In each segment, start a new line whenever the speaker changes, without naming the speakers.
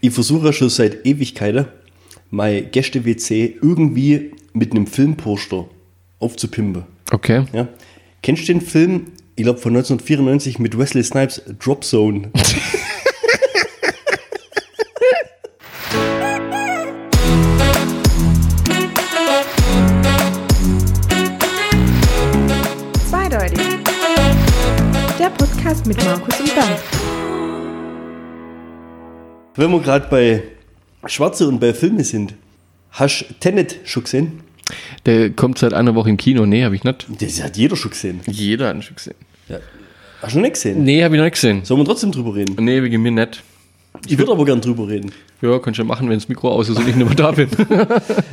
ich versuche schon seit Ewigkeiten, mein Gäste-WC irgendwie mit einem Filmposter aufzupimpen.
Okay.
Ja? Kennst du den Film, ich glaube von 1994 mit Wesley Snipes, Drop Zone?
Zweideutig. Der Podcast mit Markus und Bernd.
Wenn wir gerade bei Schwarze und bei Filme sind, hast du Tenet schon gesehen?
Der kommt seit einer Woche im Kino. Nee, habe ich nicht.
Das hat jeder schon gesehen.
Jeder hat ihn schon gesehen.
Hast du noch nicht gesehen?
Nee, habe ich noch nicht gesehen.
Sollen wir trotzdem drüber reden?
Nee, wegen mir nicht.
Ich würde aber gern drüber reden.
Ja, kannst du ja machen, wenn das Mikro aus ist und ich nicht mehr da bin.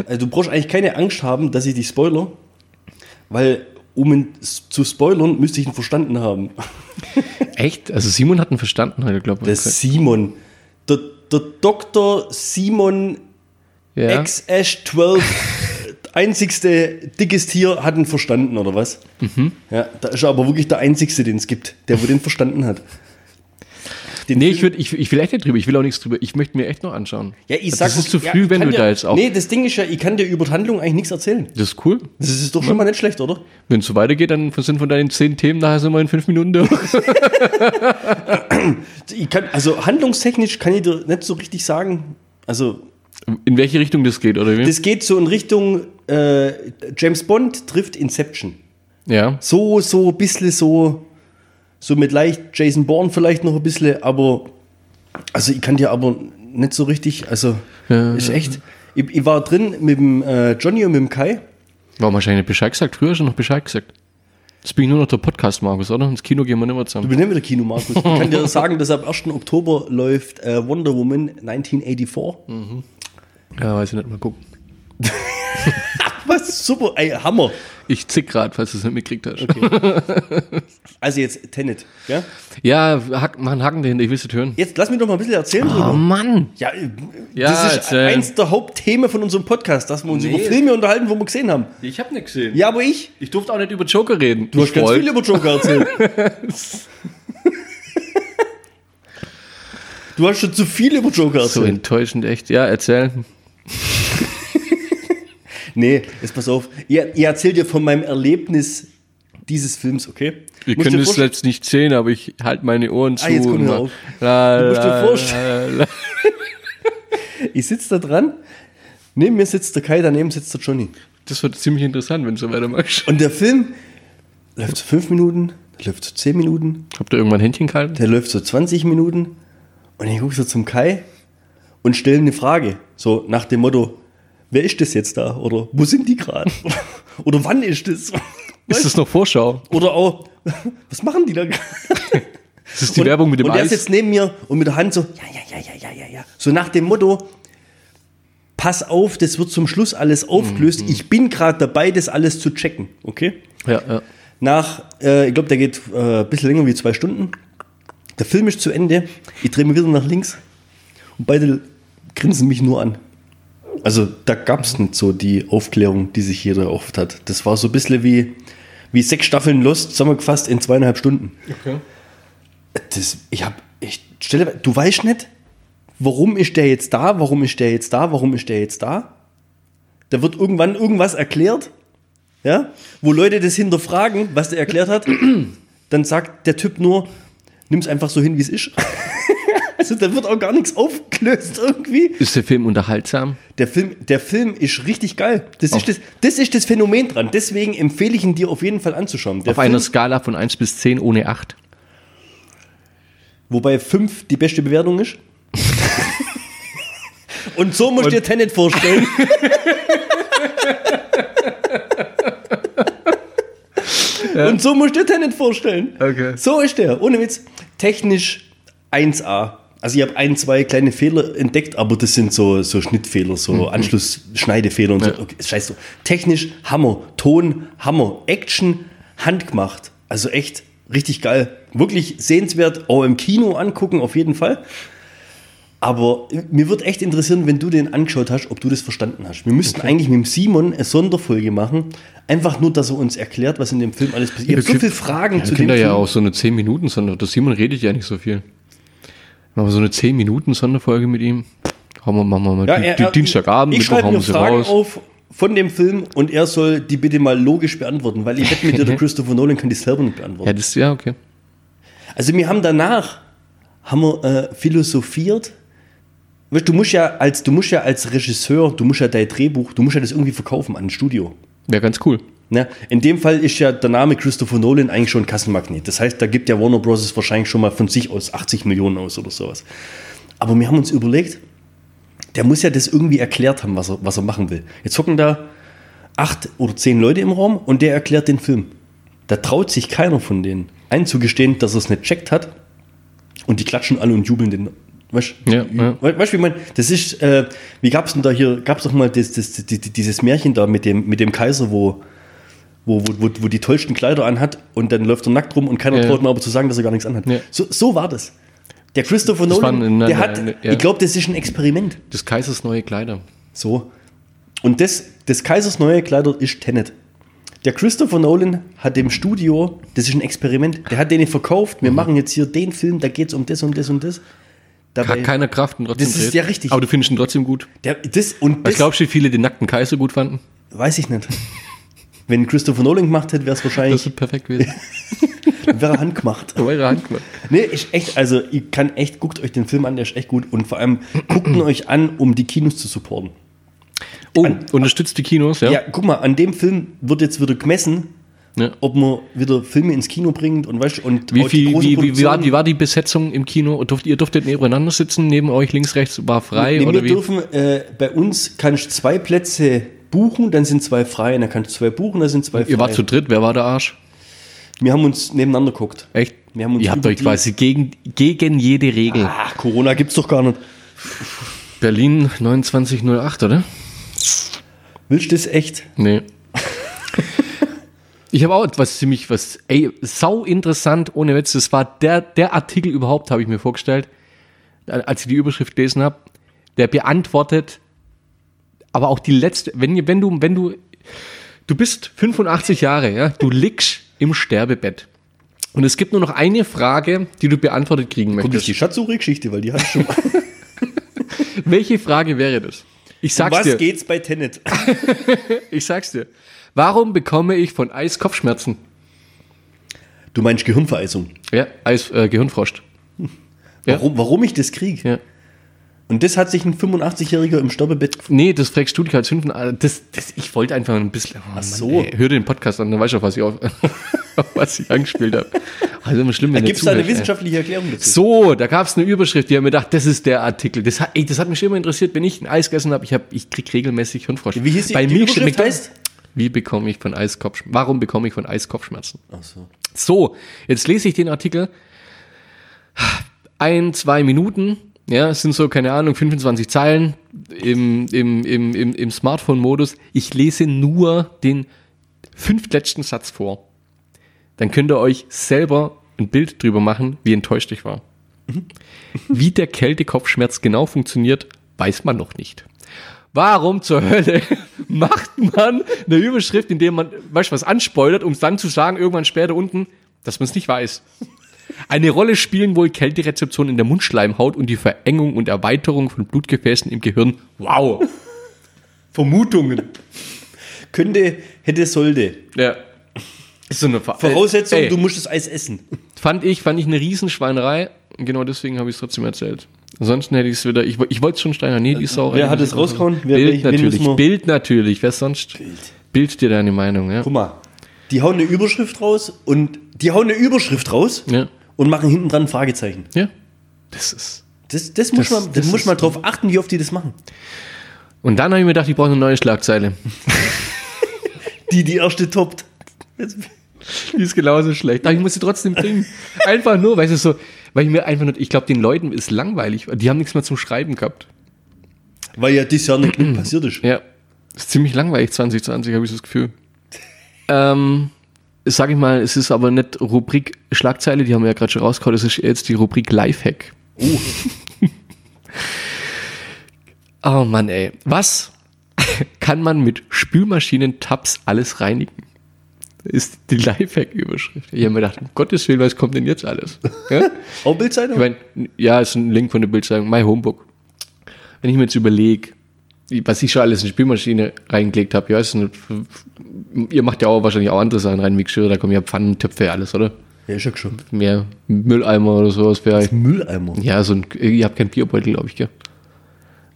Also du brauchst eigentlich keine Angst haben, dass ich dich spoiler, weil um ihn s- zu spoilern, müsste ich ihn verstanden haben.
Echt? Also Simon hat ihn verstanden heute, glaube
Der
ich.
Simon. Der, der Dr. Simon
ja.
XS12, einzigste dickes Tier, hat ihn verstanden, oder was?
Mhm.
Ja, da ist er aber wirklich der einzigste, den es gibt, der wo den verstanden hat. Den
Nee, ich, würd, ich, ich will echt nicht drüber. Ich will auch nichts drüber. Ich möchte mir echt noch anschauen.
Ja, ich sag,
das ist zu
ja,
früh,
ich
wenn
kann
du
dir,
da jetzt auch.
Nee, das Ding ist ja, ich kann dir über die Handlung eigentlich nichts erzählen.
Das ist cool.
Das ist
Mhm.
doch schon mal nicht schlecht, oder?
Wenn es so weitergeht, dann sind von deinen zehn Themen nachher sind wir in fünf Minuten durch.
Ich kann, also handlungstechnisch kann ich dir nicht so richtig sagen. Also,
In welche Richtung das geht, oder wie?
das geht so in Richtung äh, James Bond trifft Inception.
ja.
So, so ein bisschen so, so mit leicht Jason Bourne vielleicht noch ein bisschen, aber also ich kann dir aber nicht so richtig, also
Ja.
ist echt. Ich, ich war drin mit dem äh, Johnny und mit dem Kai.
Warum hast du eigentlich nicht Bescheid gesagt? Früher hast du noch Bescheid gesagt. Jetzt bin ich nur noch der Podcast, Markus, oder? Ins Kino gehen wir nicht mehr
Du
zusammen.
bist nicht wieder Kino, Markus. Ich kann dir sagen, dass ab 1. Oktober läuft äh, Wonder Woman 1984.
Ja, weiß ich nicht. Mal gucken.
Was? Super, ey, Hammer.
Ich zick grad, falls du es nicht mitgekriegt hast.
Also jetzt Tenet. Ja?
Ja, hack, mach einen Haken dahinter, ich will es nicht hören.
Jetzt lass mich doch mal ein bisschen erzählen drüber.
Mann!
Ja, äh,
Ah. Ja,
das ist
erzähl.
eins der Hauptthemen von unserem Podcast, dass wir uns
Nee.
über Filme unterhalten, wo wir gesehen haben.
Ich hab nix gesehen.
Ja, aber ich.
Ich durfte auch nicht über Joker reden.
Du hast ganz viel über Joker erzählt. du hast schon zu viel über Joker
So
erzählt.
enttäuschend, echt. Ja, erzähl.
Nee, jetzt pass auf. Ihr, ihr erzählt dir von meinem Erlebnis dieses Films, okay?
Ihr
Musst
könnt
dir
es
vorstellen-
jetzt nicht sehen, aber ich halte meine Ohren zu.
Ah, jetzt komm
und
hör
mach-
auf.
La,
Du musst dir
la,
vorstellen.
la,
Ich sitze da dran. Neben mir sitzt der Kai, daneben sitzt der Johnny.
la. Das wird ziemlich interessant, wenn du so weitermachst.
Und der Film läuft so 5 Minuten, der läuft so 10 Minuten,
Habt ihr irgendwann Händchen gehalten?
der läuft so 20 Minuten. Und ich gucke so zum Kai und stelle eine Frage. So nach dem Motto, wer ist das jetzt da? Oder wo sind die gerade? Oder wann ist das?
Ist das noch Vorschau?
Oder auch, was machen die da gerade?
Das ist die Werbung mit dem
und er
Eis.
sitzt neben mir und mit der Hand so, ja, ja, ja, ja, ja, ja, ja. So nach dem Motto, pass auf, das wird zum Schluss alles
Mhm.
aufgelöst. Ich bin gerade dabei, das alles zu checken. Okay?
ja, ja.
Nach, äh, ich glaube, der geht äh, ein bisschen länger wie zwei Stunden. Der Film ist zu Ende. Ich drehe mich wieder nach links und beide grinsen mich nur an. Also da gab es nicht so die Aufklärung, die sich jeder erhofft hat. Das war so ein bisschen wie, wie sechs Staffeln Lost zusammengefasst in zweieinhalb Stunden. Das, ich hab, ich stelle, du weißt nicht, warum ist der jetzt da, warum ist der jetzt da, warum ist der jetzt da? Da wird irgendwann irgendwas erklärt, ja, wo Leute das hinterfragen, was der erklärt hat. Dann sagt der Typ nur, nimm's einfach so hin, wie es ist. Also da wird auch gar nichts aufgelöst irgendwie.
Ist der Film unterhaltsam?
Der Film, der Film ist richtig geil. Das
Auf-
ist das, das ist das Phänomen dran. Deswegen empfehle ich ihn dir auf jeden Fall anzuschauen. Der
Auf einer
Film,
Skala von 1 bis 10 ohne 8.
wobei 5 die beste Bewertung ist. Und so musst du dir Tenet vorstellen. Und so musst du dir Tenet vorstellen.
Okay.
So ist der. Ohne Witz. Technisch 1A. Also ich habe ein, zwei kleine Fehler entdeckt, aber das sind so, so Schnittfehler, so Anschlussschneidefehler und
Mhm. Ja.
so. Okay, scheiße. Technisch Hammer, Ton Hammer, Action handgemacht. Also echt richtig geil. Wirklich sehenswert. Auch im Kino angucken auf jeden Fall. Aber mir wird echt interessieren, wenn du den angeschaut hast, ob du das verstanden hast. Wir müssten eigentlich mit dem Simon eine Sonderfolge machen, einfach nur, dass er uns erklärt, was in dem Film alles passiert. Ich habe so viele Fragen
ja,
zu
zu
dem
Kinder
Film.
ja auch so eine 10 Minuten Sonder. Der Simon redet ja nicht so viel. Aber so eine 10 Minuten Sonderfolge mit ihm. Haben wir, machen wir mal
Ja,
die,
er-
die
er-
Dienstagabend,
ich schreibe
hauen
mir
wir sie
Fragen
raus.
auf von dem Film und er soll die bitte mal logisch beantworten, weil ich wette mit dir, der Christopher Nolan kann die selber nicht beantworten.
Ja, das, ja, okay.
Also wir haben danach haben wir äh, philosophiert. Weißt, du musst ja als du musst ja als Regisseur, du musst ja dein Drehbuch, du musst ja das irgendwie verkaufen an ein Studio.
Wäre ganz cool.
Ne? In dem Fall ist ja der Name Christopher Nolan eigentlich schon ein Kassenmagnet. Das heißt, da gibt ja Warner Bros. wahrscheinlich schon mal von sich aus 80 Millionen aus oder sowas. Aber wir haben uns überlegt, der muss ja das irgendwie erklärt haben, was er, was er machen will. Jetzt hocken da acht oder zehn Leute im Raum und der erklärt den Film. Da traut sich keiner von denen einzugestehen, dass er es nicht checkt hat. Und die klatschen alle und jubeln den. Weißt du,
Ja, ja.
We- weißt, du, wie man, das ist, äh, wie gab's denn da hier, gab's doch mal das, das, die- die- dieses Märchen da mit dem, mit dem Kaiser, wo, wo, wo, wo, wo die tollsten Kleider anhat und dann läuft er nackt rum und keiner
Ja.
traut ihm aber zu sagen, dass er gar nichts anhat.
Ja.
So, so war das. Der Christopher
Das
Nolan,
war ein-
der
nein,
hat,
nein, ja.
ich glaube, das ist ein Experiment.
Des Kaisers neue Kleider.
So. Und das, des Kaisers neue Kleider ist Tenet. Der Christopher Nolan hat dem Studio, das ist ein Experiment, der hat denen verkauft,
Mhm.
wir machen jetzt hier den Film, da geht es um das und das und das.
Hat keiner Kraft und trotzdem
Das ist
dreht.
ja richtig.
Aber du findest ihn trotzdem gut.
der, das und
Was
das
glaubst du, wie viele den nackten Kaiser gut fanden?
weiß ich nicht. Wenn Christopher Nolan gemacht hätte, wäre es
Das
wahrscheinlich
wird perfekt gewesen.
wäre handgemacht.
Eure Hand gemacht.
Nee, ich echt, also ihr kann echt, guckt euch den Film an, der ist echt gut. Und vor allem guckt ihn euch an, um die Kinos zu supporten.
Oh, unterstützt die Kinos, ja?
Ja, guck mal, an dem Film wird jetzt wieder gemessen,
Ja.
ob man wieder Filme ins Kino bringt und weißt du, und
Wie,
auch Oh, die
viel,
großen
wie, wie, wie, war,
Produktionen-
wie war die Besetzung im Kino? Und Durft, ihr durftet nebeneinander sitzen, neben euch links, rechts war frei
Nee,
oder
wir
wie?
dürfen, äh, bei uns kannst du zwei Plätze buchen, dann sind zwei frei. Dann kannst du zwei buchen, dann sind zwei frei.
Ihr wart zu dritt, wer war der Arsch?
wir haben uns nebeneinander geguckt.
Echt?
Wir haben uns Ah.
ihr habt
über
euch
die-
quasi gegen, gegen jede Regel.
Ach, Corona gibt's doch gar nicht.
Berlin 2908, oder?
Willst du das echt?
Nee. ich habe auch was ziemlich, was, ey, sau interessant, ohne Witz. Das war der, der Artikel überhaupt, habe ich mir vorgestellt, als ich die Überschrift gelesen habe. Der beantwortet, aber auch die letzte, wenn, ihr- wenn du, wenn du, du bist 85 Jahre, ja, du liegst im Sterbebett. Und es gibt nur noch eine Frage, die du beantwortet kriegen
Guck ich
möchtest.
die Schatzsuche-Geschichte, weil die hast du schon. Um
Welche Frage wäre das? Ich sag's
was
dir.
geht's bei Tenet?
Ich sag's dir. Warum bekomme ich von Eis Kopfschmerzen?
Du meinst Gehirnvereisung.
Ja, Eis, äh, Gehirnfrost. Ja.
Warum, warum ich das krieg?
Ja.
Und das hat sich ein 85-Jähriger im Sterbebett
Nee, das fragst du dich als Hünden. an. Das, das, ich wollte einfach ein bisschen. Oh Ach
so.
Ey, hör dir den Podcast an, dann weißt du, auf was ich, auf, auf was ich angespielt habe. Also immer schlimm, wenn
Da
der
gibt es eine
zuhört, ey.
wissenschaftliche Erklärung dazu.
So, da gab's eine Überschrift, die haben mir gedacht, das ist der Artikel. Das, hat- ey, das hat mich immer interessiert, wenn ich ein Eis gegessen habe. Ich, hab, ich krieg regelmäßig Hirnfrost.
Wie hieß die-
Bei
die
mir
Überschrift
steht-
heißt?
Wie bekomme ich von Eis Kopfschmerzen? Warum bekomme ich von Eis Kopfschmerzen?
Ach so.
So, jetzt lese ich den Artikel. Ein, zwei Minuten, ja, es sind so, keine Ahnung, 25 Zeilen im, im, im, im, im Smartphone-Modus. Ich lese nur den fünftletzten Satz vor. Dann könnt ihr euch selber ein Bild drüber machen, wie enttäuscht ich war. Wie der Kältekopfschmerz genau funktioniert, weiß man noch nicht. Warum zur Hölle macht man eine Überschrift, indem man weißt, du, was anspoilert, um es dann zu sagen, irgendwann später unten, dass man es nicht weiß? Eine Rolle spielen wohl Kälterezeption in der Mundschleimhaut und die Verengung und Erweiterung von Blutgefäßen im Gehirn. Wow.
Vermutungen. Könnte, hätte, sollte.
Ja. Ist so eine Ver
Voraussetzung,
Ey,
du musst das Eis essen.
fand ich, fand ich eine Riesenschweinerei. Genau deswegen habe ich es trotzdem erzählt. Ansonsten hätte ich es wieder. Ich, wo- ich wollte es schon steigern. Nee, die ist auch.
Wer hat es rausgehauen? Wer- wen-
Bild
wen müssen
natürlich.
wir-
Bild natürlich. Wer sonst? Bild. Bild dir deine Meinung, ja.
Guck mal, die hauen eine Überschrift raus und die hauen eine Überschrift raus
Ja.
und machen hinten dran ein Fragezeichen.
Ja. Das ist.
Das, das, muss,
Das-
man, das
das
muss
ist-
man drauf achten, wie oft die das machen.
Und dann habe ich mir gedacht, ich brauche eine neue Schlagzeile.
Die die erste toppt. Jetzt-
Die ist genauso schlecht. Aber ich muss sie trotzdem bringen. Einfach nur, weißt du, so, weil ich mir einfach nur, ich glaube, den Leuten ist langweilig. Die haben nichts mehr zum Schreiben gehabt.
Weil ja dieses Jahr nicht genug passiert ist.
Ja. Ist ziemlich langweilig, 2020, habe ich so das Gefühl. ähm, sag ich mal, es ist aber nicht Rubrik Schlagzeile, die haben wir ja gerade schon rausgehauen, es ist jetzt die Rubrik Lifehack. Oh. oh Mann, ey. Was kann man mit Spülmaschinentabs alles reinigen? Ist die Lifehack-Überschrift. Ich habe mir gedacht, um Gottes Willen, was kommt denn jetzt alles? Ja?
Auch Bildzeitung?
Ich meine, ja, ist ein Link von der Bildzeitung, My Homebook. wenn ich mir jetzt überlege, was ich schon alles in die Spülmaschine reingelegt habe, ja, ist eine, ihr macht ja auch wahrscheinlich auch andere Sachen rein, wie Geschirr, da kommen ja Pfannen, Töpfe, alles, oder?
Ja, ist ja schon.
Mehr Mülleimer oder sowas vielleicht.
Mülleimer.
Ja, so ein, ihr habt keinen Bierbeutel, glaube ich, gell?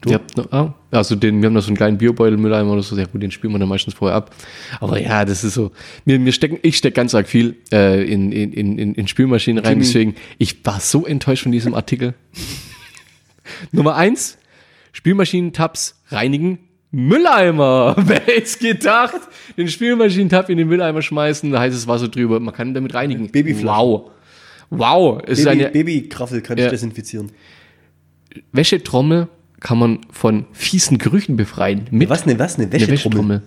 Ihr habt noch, ah, also den, wir haben da so einen kleinen Bierbeutel, Mülleimer oder so, ja gut, den spielen wir dann meistens vorher ab. Aber ja, das ist so, mir, mir stecken, ich stecke ganz arg viel äh, in, in, in, in- in Spülmaschinen rein, deswegen, ich war so enttäuscht von diesem Artikel. Nummer eins, Spülmaschinentabs reinigen, Mülleimer. Wer hätte gedacht? Den Spülmaschinentab in den Mülleimer schmeißen, heißes Wasser drüber, man kann damit reinigen.
Babyflaschen.
Wow. Wow, es ist
Baby,
eine
Babykraffel kann
Ja.
ich desinfizieren.
Wäschetrommel kann man von fiesen Gerüchen befreien. Mit
Was eine, was eine
einer
Wäschetrommel?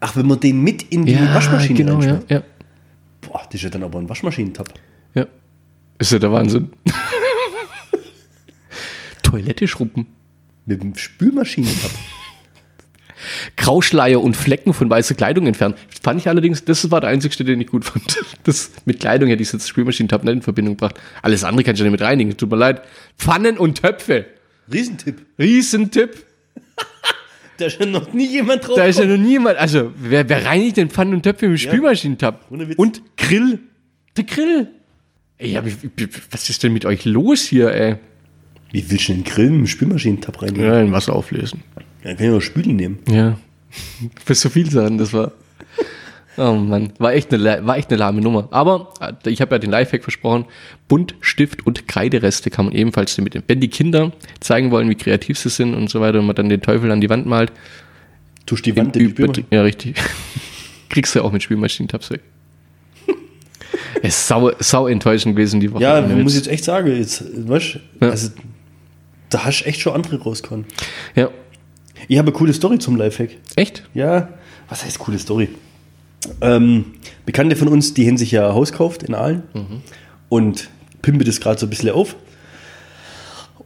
Ach, wenn man den mit in die
Ja,
Waschmaschine
genau, ja,
reinschmeißt.
ja,
Boah, das ist ja dann aber ein Waschmaschinentab.
ja. Ist ja der Wahnsinn. Toilette schrubben.
Mit dem Spülmaschinentab.
Grauschleier und Flecken von weißer Kleidung entfernen. Fand ich allerdings, das war der einzigste, den ich gut fand. Das mit Kleidung hätte ich jetzt Spülmaschinentab nicht in Verbindung gebracht. Alles andere kann ich ja nicht mit reinigen, tut mir leid. Pfannen und Töpfe.
Riesentipp.
Riesentipp.
Da ist ja noch nie jemand drauf.
Da ist ja noch niemand. Also, wer, wer reinigt denn Pfannen und Töpfe mit dem Spülmaschinentab?
Ohne Witz.
Und Grill. Der Grill. Ey, aber ich- ich- was ist denn mit euch los hier, ey?
Wie willst du denn einen Grill mit dem Spülmaschinentab rein?
Ja, in Wasser auflösen.
Dann kann ich auch Spülen nehmen.
Ja. Für so viel Sachen, das war. Oh Mann, war echt eine, la- war echt eine lahme Nummer. Aber äh, ich habe ja den Lifehack versprochen. Bunt, Stift und Kreidereste kann man ebenfalls mitnehmen. Wenn die Kinder zeigen wollen, wie kreativ sie sind und so weiter und man dann den Teufel an die Wand malt,
Tusch die Wand in die
Über
Spülmaschine.
ja, richtig. Kriegst du ja auch mit Spülmaschinentabs weg. Es ist sau, sau enttäuschend gewesen die Woche.
Ja,
ohne
muss ich
Witz.
jetzt echt sagen, jetzt, weißt du,
Ja.
also, da hast du echt schon andere rausgekommen.
ja.
Ich habe eine coole Story zum Lifehack.
Echt?
Ja, was heißt coole Story? Ähm, Bekannte von uns, die hin sich ja Haus kauft in Aalen
Mhm.
und pimpelt das gerade so ein bisschen auf.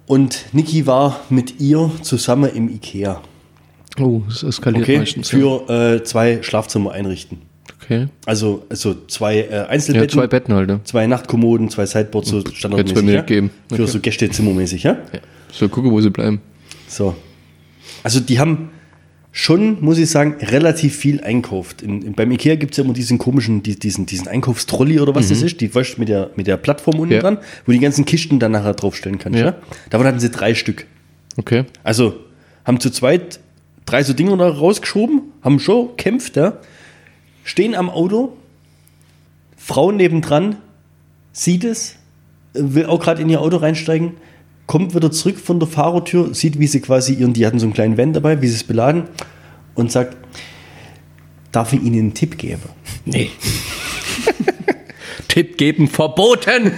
Und Niki war mit ihr zusammen im Ikea.
Oh, es eskaliert
Okay,
meistens. ja.
für äh, zwei Schlafzimmer einrichten.
okay.
Also, also zwei äh,
Ja,
Einzelbetten,
zwei Betten halt, ne?
zwei Nachtkommoden, zwei Sideboards, so standardmäßig.
mir
ja?
nicht geben.
Für so Gästezimmermäßig, ja?
Ja. So, gucke, wo sie bleiben.
So. Also die haben schon, muss ich sagen, relativ viel einkauft. In, in, beim Ikea gibt es ja immer diesen komischen, die, diesen, diesen Einkaufstrolley oder was das ist, die weißt, du, mit, der, mit der Plattform unten
Mhm. Ja.
dran, wo die ganzen Kisten dann nachher draufstellen kannst.
Ja.
Ja. Davon hatten sie drei Stück.
Okay.
Also haben zu zweit drei so Dinge da rausgeschoben, haben schon gekämpft, ja. stehen am Auto, Frau nebendran, sieht es, will auch gerade in ihr Auto reinsteigen, kommt wieder zurück von der Fahrertür, sieht, wie sie quasi ihren, die hatten so einen kleinen Van dabei, wie sie es beladen und sagt, darf ich Ihnen einen Tipp geben?
Nee. Tipp geben verboten!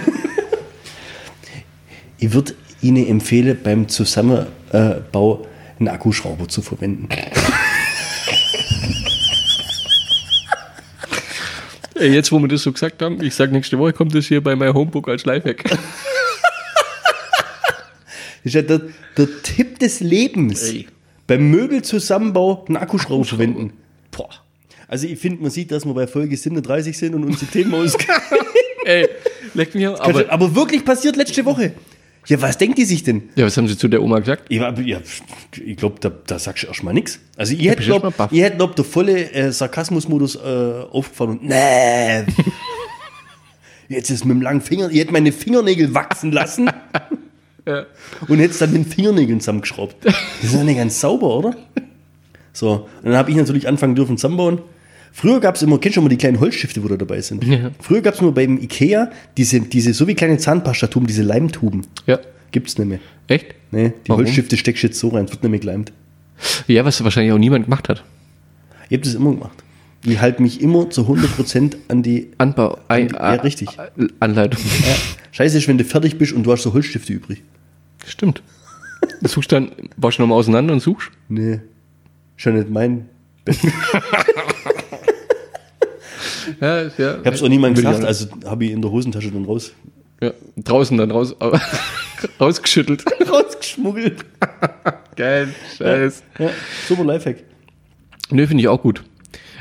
Ich würde Ihnen empfehlen, beim Zusammenbau einen Akkuschrauber zu verwenden.
Ey, jetzt, wo wir das so gesagt haben, ich sag nächste Woche kommt das hier bei My Homebook als Lifehack.
Das ist ja der, der Tipp des Lebens.
Ey.
Beim Möbelzusammenbau einen Akkuschrauber verwenden.
Boah.
Also ich finde, man sieht, dass wir bei Folge 37 sind und uns die Themen aus.
Ey, leck mich am
aber,
aber,
aber wirklich passiert letzte Woche. Ja, was denkt die sich denn?
Ja, was haben sie zu der Oma gesagt?
Ich, hab- ja, ich glaube, da, da sagst du erstmal nichts. Also ihr hättet,
bist erst mal
glaub,
baff.
ihr hättet, glaub, der volle äh, Sarkasmusmodus äh, aufgefahren und nee. Jetzt ist mit dem langen Finger, ihr hättet meine Fingernägel wachsen lassen
Ja.
und hättet dann mit den Fingernägeln zusammengeschraubt. Das ist ja nicht ganz sauber, oder? So, und dann habe ich natürlich anfangen dürfen zusammenbauen. Früher gab es immer, kennst du schon mal die kleinen Holzstifte, wo da dabei sind?
Ja.
Früher gab es nur beim Ikea diese, diese, so wie kleine Zahnpastatuben, diese Leimtuben.
Ja.
Gibt's nicht mehr.
Echt?
Nee, Ne? die
Warum?
Holzstifte steckst du jetzt so rein, es wird nicht mehr geleimt.
Ja, was wahrscheinlich auch niemand gemacht hat.
Ich habe das immer gemacht. Ich halte mich immer zu 100% an die.
Anbau, ein, äh,
Ja, richtig.
Anleitung.
Ja. Scheiße ist, wenn du fertig bist und du hast so Holzstifte übrig.
Stimmt. Du suchst dann, baust du nochmal auseinander und suchst.
Nee. Schon nicht mein.
Ja, ja.
Ich hab's auch niemandem
Will ich
gesagt,
auch
also habe ich in der Hosentasche dann raus.
Ja, draußen dann raus, rausgeschüttelt.
rausgeschmuggelt.
Geil, scheiß.
Ja, super Lifehack.
Nö, finde ich auch gut.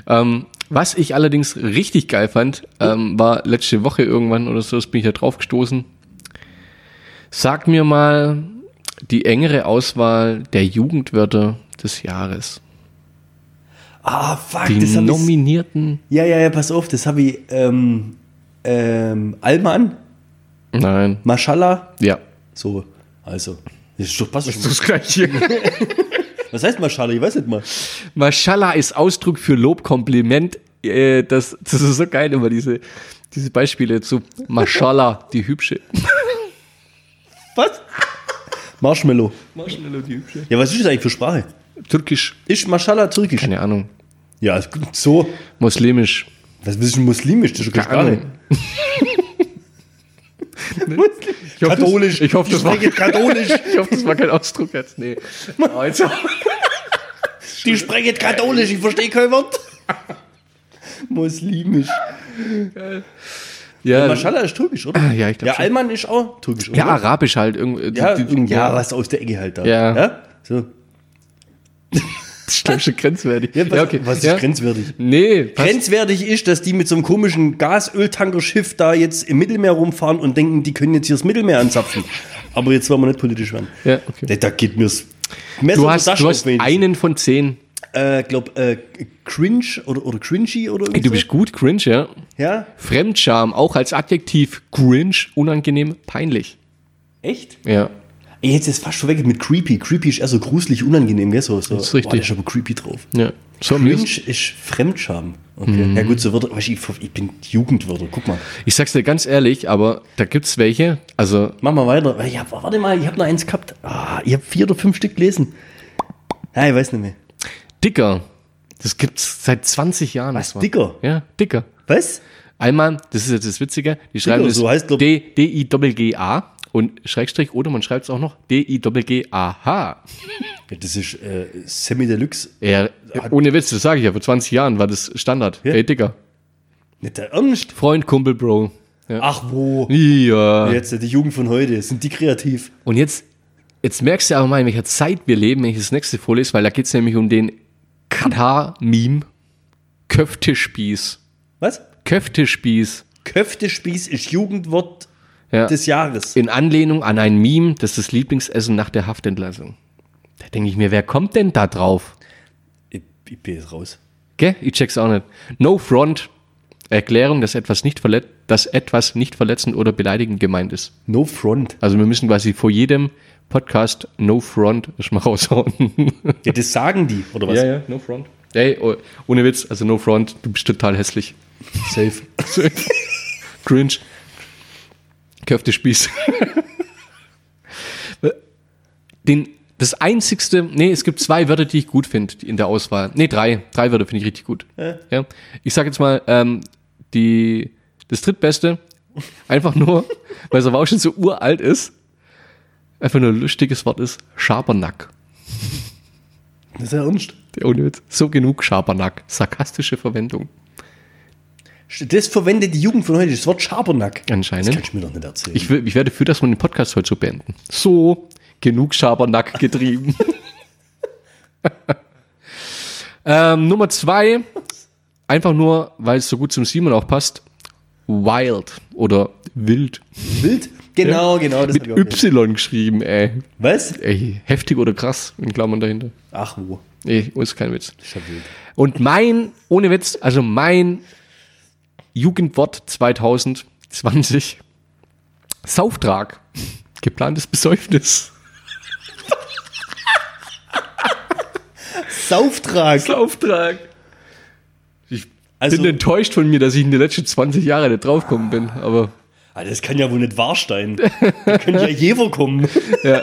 Ähm, was ich allerdings richtig geil fand, ähm, war letzte Woche irgendwann oder so, das bin ich da drauf gestoßen. Sag mir mal, die engere Auswahl der Jugendwörter des Jahres.
Ah, fuck,
Die
das hab ich.
nominierten.
Ja, ja, ja, pass auf, das habe ich. Ähm, ähm, Alman,
Nein.
Mashallah.
Ja.
So, also. Das ist doch passt schon.
Das gleiche.
Was heißt Mashallah? Ich weiß nicht mal.
Mashallah ist Ausdruck für Lob, Kompliment. Äh, das, das ist so geil, immer diese, diese Beispiele zu Mashallah, die hübsche.
Was? Marshmallow.
Marshmallow, die hübsche.
Ja, was ist das eigentlich für Sprache?
Türkisch.
Ist Mashallah türkisch?
Keine Ahnung.
Ja, so.
Muslimisch.
Was ist denn muslimisch? Das ist doch
Keine
keine
Ahnung.
Sprache.
Ich hoffe,
Katholisch.
Das, ich, hoffe, das war,
spreche katholisch.
ich hoffe, das war kein Ausdruck jetzt. Nee. Oh, jetzt-
Die sprechen katholisch. Ich verstehe kein Wort. Muslimisch.
Ja,
Mashallah ist türkisch, oder?
Ähm. Ah, ja, ich glaub
Ja,
schon.
Alman ist auch türkisch, oder?
ja, arabisch halt. Irgend,
ja,
die- die-
irgend- ja, was aus der Ecke halt da.
Ja.
So.
Das stimmt schon grenzwertig.
Ja, was, was ist
Ja.
grenzwertig?
Nee, passt.
Grenzwertig ist, dass die mit so einem komischen Gasöltankerschiff da jetzt im Mittelmeer rumfahren und denken, die können jetzt hier das Mittelmeer anzapfen. Aber jetzt wollen wir nicht politisch werden.
Ja, okay.
Da, da geht mir's. Messer
du
und
hast,
Sascha
du hast
auf wenigstens.
einen von zehn.
Äh, glaub, äh, cringe oder, oder cringy oder
Ey,
irgendwie
du bist gut, cringe, ja.
so. Ja?
Fremdscham, auch als Adjektiv cringe, unangenehm, peinlich.
Echt?
Ja.
Ey, jetzt ist fast schon weg mit creepy. Creepy ist eher so gruselig, unangenehm, gell? So, so.
Das ist richtig.
Boah, der ist aber creepy drauf.
ja. So, mir ist-
Cringe ist Fremdscham. Okay.
Mhm.
Ja gut, so Wörter, weißt du, ich, ich bin Jugendwörter, guck mal.
ich sag's dir ganz ehrlich, aber da gibt's welche. Also,
Mach mal weiter. Ich hab, warte mal, ich habe noch eins gehabt. Ah, ich habe vier oder fünf Stück gelesen. Ja, ich weiß nicht mehr.
dicker. Das gibt's seit 20 Jahren.
Was,
das war-
dicker?
Ja, dicker.
Was?
Einmal, das ist jetzt das Witzige, die schreiben
Dicker,
es
so heißt, glaub-
D- D-I-G-G-A und Schrägstrich oder man schreibt es auch noch D-I-G-G-A-H.
Ja, das ist äh, Semi Deluxe.
Ja, ohne Witz, das sage ich ja, vor 20 Jahren war das Standard.
Ja.
Ey, Dicker.
Nicht der Ernst.
Freund, Kumpel, Bro. äh, Ja.
Ach wo.
Ja.
Jetzt die Jugend von heute, sind die kreativ?
Und jetzt, jetzt merkst du aber mal, in welcher Zeit wir leben, wenn ich das nächste vorlese, weil da geht's nämlich um den Katar-Meme. Köftespieß.
Was?
Köftespieß.
Köftespieß ist Jugendwort
Ja.
des Jahres.
in Anlehnung an ein Meme, das ist das Lieblingsessen nach der Haftentlassung. Da denke ich mir, wer kommt denn da drauf?
Ich, ich bin jetzt raus.
Gell? Ich check's auch nicht. No front. Erklärung, dass etwas nicht verletzt, dass etwas nicht verletzend oder beleidigend gemeint ist.
No front.
Also wir müssen quasi vor jedem Podcast No Front schon mal raushauen.
Ja, das sagen die, oder was?
ja, No Front. Ey, oh, ohne Witz, also No Front, du bist total hässlich.
Safe.
Cringe. Köfte Spieß. Den, das einzigste, nee, es gibt zwei Wörter, die ich gut finde in der Auswahl. Nee, drei. Drei Wörter finde ich richtig gut. Ja. Ich sag jetzt mal, ähm, die, das drittbeste, einfach nur, weil es aber auch schon so uralt ist, einfach nur ein lustiges Wort ist, Schabernack.
Das ist ja ernst.
Ohne Witz. So genug Schabernack. Sarkastische Verwendung.
Das verwendet die Jugend von heute, das Wort Schabernack. Das
Anscheinend.
kannst du mir doch nicht erzählen.
Ich, will, ich werde für das, um den Podcast heute zu beenden. So, genug Schabernack getrieben. ähm, Nummer zwei, einfach nur, weil es so gut zum Simon auch passt, wild oder wild.
Wild? Genau, genau. Das
Mit
hab ich auch gelesen.
Y geschrieben, ey.
Was?
ey. Heftig oder krass, in Klammern dahinter.
Ach wo.
Ey, ist kein Witz.
Das ist ja wild.
Und mein, ohne Witz, also mein Jugendwort 2020, Sauftrag, geplantes Besäufnis.
Sauftrag.
Sauftrag. Ich
Also-
bin enttäuscht von mir, dass ich in den letzten 20 Jahren nicht draufgekommen bin, aber
Ah, das kann ja wohl nicht wahr sein. Da könnte ja Jever kommen.
ja.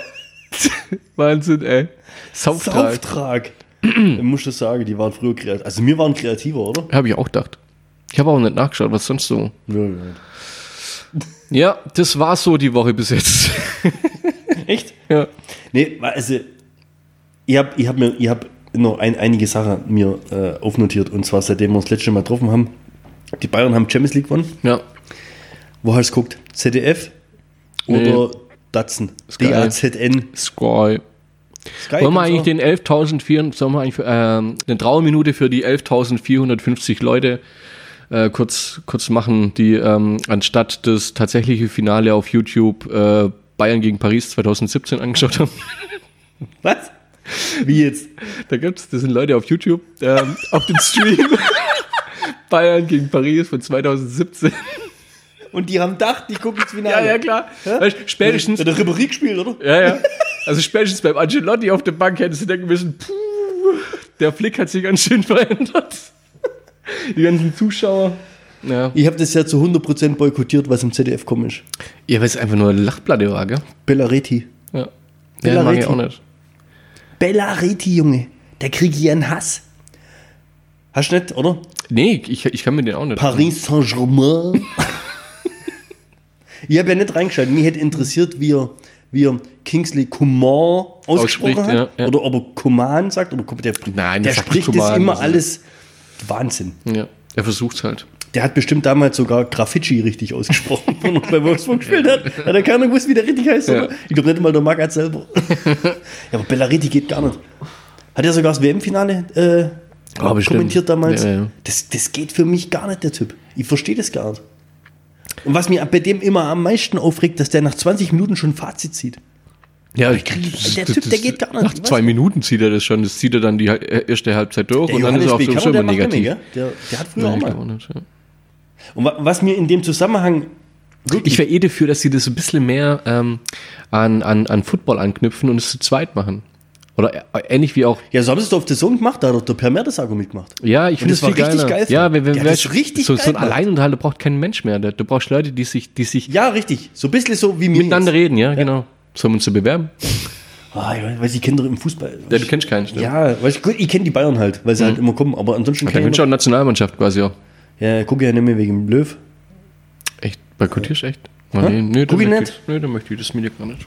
Wahnsinn, ey. Sauftrag.
Sauftrag. ich muss das sagen, die waren früher kreativ. Also wir waren kreativer, oder?
Habe ich auch gedacht. Ich habe auch nicht nachgeschaut, was sonst so.
Ja,
Ja, das war so die Woche bis jetzt.
Echt?
ja.
Nee, also ich habe ich hab mir ich hab noch ein, einige Sachen mir äh, aufnotiert. Und zwar seitdem wir uns das letzte Mal getroffen haben. Die Bayern haben Champions League gewonnen.
Ja.
Wo hast du geguckt? ZDF
Nee.
oder Datsen?
geil.
DAZN.
Sky.
Sky
Wollen wir
kannst
eigentlich
du
den 11.400, sollen wir eigentlich ähm, eine Trauerminute für die 11.450 Leute äh, kurz, kurz machen, die ähm, anstatt das tatsächliche Finale auf YouTube äh, Bayern gegen Paris 2017 angeschaut haben.
Was? Wie jetzt?
Da gibt's, das sind Leute auf YouTube, ähm, auf dem Stream. Bayern gegen Paris von 2017.
Und die haben gedacht, die gucken ins
Ja,
Finale.
ja, klar.
Hä?
Weißt, du, spätestens,
Hat der Ribéry gespielt, oder?
ja, ja. Also spätestens beim Ancelotti auf der Bank hättest du denken müssen, puh, der Flick hat sich ganz schön verändert. Die ganzen Zuschauer. Ja,
Ich habe das ja zu 100% boykottiert, was im ZDF kommt. ist.
ja weil es einfach nur eine Lachplatte war, gell?
Bellaretti.
Ja.
Ja,
Ja, mag ich
richtig.
auch nicht.
Bellaretti, Junge. Da krieg ich einen Hass. Hast du nicht, oder?
Nee, ich, ich kann mir den auch nicht.
Paris Saint-Germain. ich habe ja nicht reingeschaut. Mich hätte interessiert, wie er, wie er Kingsley Coman ausgesprochen
Ausspricht,
hat.
ja, ja.
Oder ob er Coman sagt. Oder ob der,
Nein,
der
das sagt
spricht das
Coman.
immer alles. Wahnsinn.
Ja, er versucht's halt.
Der hat bestimmt damals sogar Graffiti richtig ausgesprochen, wenn er bei Wolfsburg gespielt hat. Hat er keiner gewusst, wie der richtig heißt.
Ja.
oder? Ich glaube nicht mal der Magath selber. ja, aber Bellaretti geht gar nicht. Hat er sogar das WM-Finale äh,
Ah, bestimmt.
kommentiert damals?
Ja, ja.
Das, das geht für mich gar nicht, der Typ. Ich verstehe das gar nicht. Und was mir bei dem immer am meisten aufregt, dass der nach 20 Minuten schon ein Fazit zieht.
Ja,
der Typ, der geht gar nicht,
Nach
ich weiß
zwei
nicht.
Minuten zieht er das schon. Das zieht er dann die äh, erste Halbzeit durch
Der
und dann ist
Johannes
er auf
B.
dem
Kammer,
Schirm
der macht
negativ.
nicht mehr, gell? Der, der hat früher
Nee,
auch
ich
mal.
glaub auch nicht, ja.
Und wa- was mir in dem Zusammenhang wirklich
Ich wäre eh dafür, dass sie das ein bisschen mehr ähm, an, an, an Football anknüpfen und es zu zweit machen. Oder ä- ähnlich wie auch.
Ja, so haben sie es doch auf der Zone gemacht, da hat doch der Per Mertesacker mitgemacht.
Ja, ich
Und
finde
das
das war
war richtig
geiler.
geil.
Ja, wenn, wenn,
Der hat
wenn-
das richtig
so,
geil
so ein
gemacht.
Alleinunterhalter braucht kein Mensch mehr. Da, da brauchst du Leute, die sich, die sich
Ja, richtig. So ein bisschen so wie mir.
miteinander
jetzt.
reden. Ja, genau. Sollen wir uns da bewerben?
Ah, ich weiß, ich kenne doch im Fußball.
Ja, du kennst ne? Mhm. keinen. stimmt.
Ja, weiß ich, gut, ich kenne die Bayern halt, weil sie halt immer kommen, aber ansonsten
Dann
kenne ich.
wünsche auch Nationalmannschaft quasi auch.
Ja, gucke ja nicht mehr wegen dem Löw.
Echt? Boykottierst du echt? Oh,
Hä?
nee, nee, da
Guck ich
möchte
nicht.
ich, nee, da möchte ich das mir gar nicht.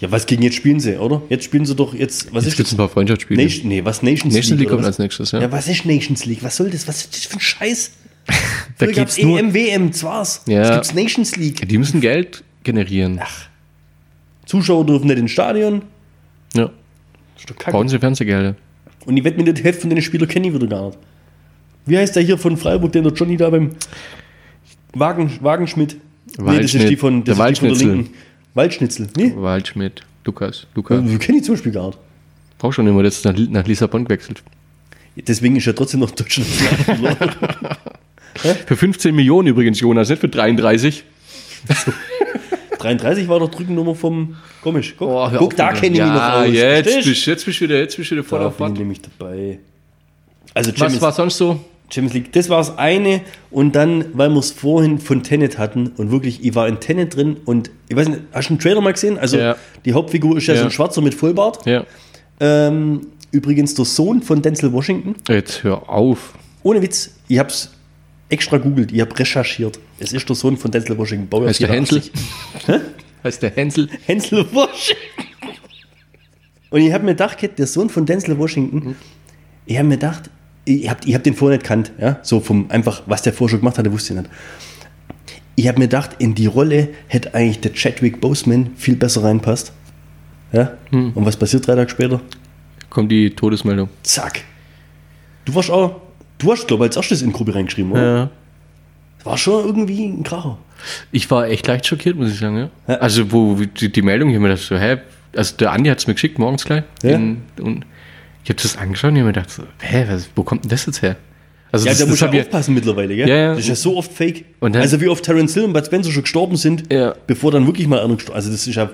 Ja, was gegen jetzt spielen sie, oder? Jetzt spielen sie doch jetzt, was
Jetzt
ist
gibt es ein paar Freundschaftsspiele.
Nation, nee, was Nations
Nation League
oder
kommt
was?
als nächstes, ja.
Ja, was ist Nations League? Was soll das? Was ist das für ein Scheiß?
Da
Früher gab's E
geht's nur-
EM, WM, zwar's.
Ja.
Jetzt gibt's Nations League.
Die müssen Geld generieren.
Ach. Zuschauer dürfen nicht ins Stadion.
Ja.
Ist doch
Brauchen sie Fernsehgelder.
Und ich wette mir, die Hälfte von den Spielern kenne ich wieder gar nicht. Wie heißt der hier von Freiburg, den der Johnny da beim Wagen, Wagenschmidt? Nee, das ist
Waldschnitt.
die von, das
Der
ist die von der
Waldschnitzel.
Linken. Waldschnitzel. Nee,
Waldschmidt, Lukas, Lukas.
wir kennen die zum Beispiel gar nicht.
Braucht schon immer, jetzt nach, nach Lissabon gewechselt.
Deswegen ist er trotzdem noch Deutschland.
Für 15 Millionen übrigens, Jonas, nicht für 33.
33 war doch Drückennummer vom Komisch. Guck,
Boah, Oh, hör
guck
auf
da
damit.
kenne ich mich noch
ja,
aus.
Jetzt
Verstehst?
bist, jetzt bist du wieder, jetzt bist du wieder voll
da
auf
bin ich
Watt.
nämlich dabei. Also
Was
Champions,
war sonst so?
Champions League, das war das eine. Und dann, weil wir es vorhin von Tenet hatten und wirklich, ich war in Tenet drin und ich weiß nicht, hast du einen Trailer mal gesehen? Also
Ja.
die Hauptfigur ist ja,
Ja.
so ein Schwarzer mit Vollbart.
Ja.
Ähm, übrigens der Sohn von Denzel Washington.
Jetzt hör auf.
Ohne Witz, ich hab's extra googelt, ich hab recherchiert. Es ist der Sohn von Denzel Washington. Baujahr
Heißt der
84.
Heißt der Hänsel?
Denzel Washington. Und ich hab mir gedacht, Kit, der Sohn von Denzel Washington, ich hab mir gedacht, ich hab, ich hab den vorher nicht kannt, ja, so vom einfach, was der vorher schon gemacht hatte, wusste ich nicht. Ich hab mir gedacht, in die Rolle hätte eigentlich der Chadwick Boseman viel besser reinpasst. Ja? Und was passiert drei Tage später?
Kommt die Todesmeldung.
Zack. Du warst auch, du hast, glaube ich, als erstes in die Gruppe reingeschrieben, oder?
Ja.
War schon irgendwie ein Kracher.
Ich war echt leicht schockiert, muss ich sagen. Ja?
Ja.
Also, wo die, die Meldung, ich hab mir das so, hä? Also, der Andi hat's mir geschickt, morgens gleich.
Ja.
In, und ich habe das angeschaut und ich hab mir gedacht, so, hä, was, wo kommt denn das jetzt her? Also,
Ja,
das,
da muss
das
ja
hab ich-
aufpassen mittlerweile, gell?
Ja, ja.
Das ist ja so oft fake.
Und dann-
also wie oft Terence Hill und Bud Spencer schon gestorben sind,
Ja.
bevor dann wirklich mal einer gestorben Also das ist ja...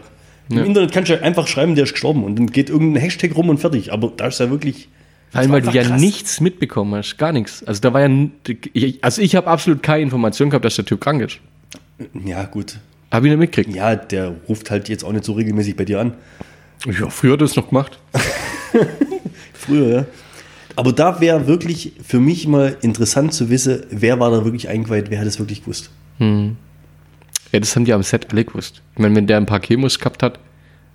Im
Ja.
Internet kannst du ja einfach schreiben, der ist gestorben und dann geht irgendein Hashtag rum und fertig. Aber da ist ja wirklich...
Vor
Das
allem,
war
weil du ja
einfach krass.
nichts mitbekommen hast, gar nichts. Also da war ja, n- ich- also ich habe absolut keine Information gehabt, dass der Typ krank ist.
Ja, gut.
Habe ich nicht mitgekriegt.
Ja, der ruft halt jetzt auch nicht so regelmäßig bei dir an.
Ja, früher hat er das noch gemacht.
Früher, ja. Aber da wäre wirklich für mich mal interessant zu wissen, wer war da wirklich eingeweiht, wer hat es wirklich gewusst.
Ja, das haben die am Set alle gewusst. Ich meine, wenn der ein paar Chemos gehabt hat,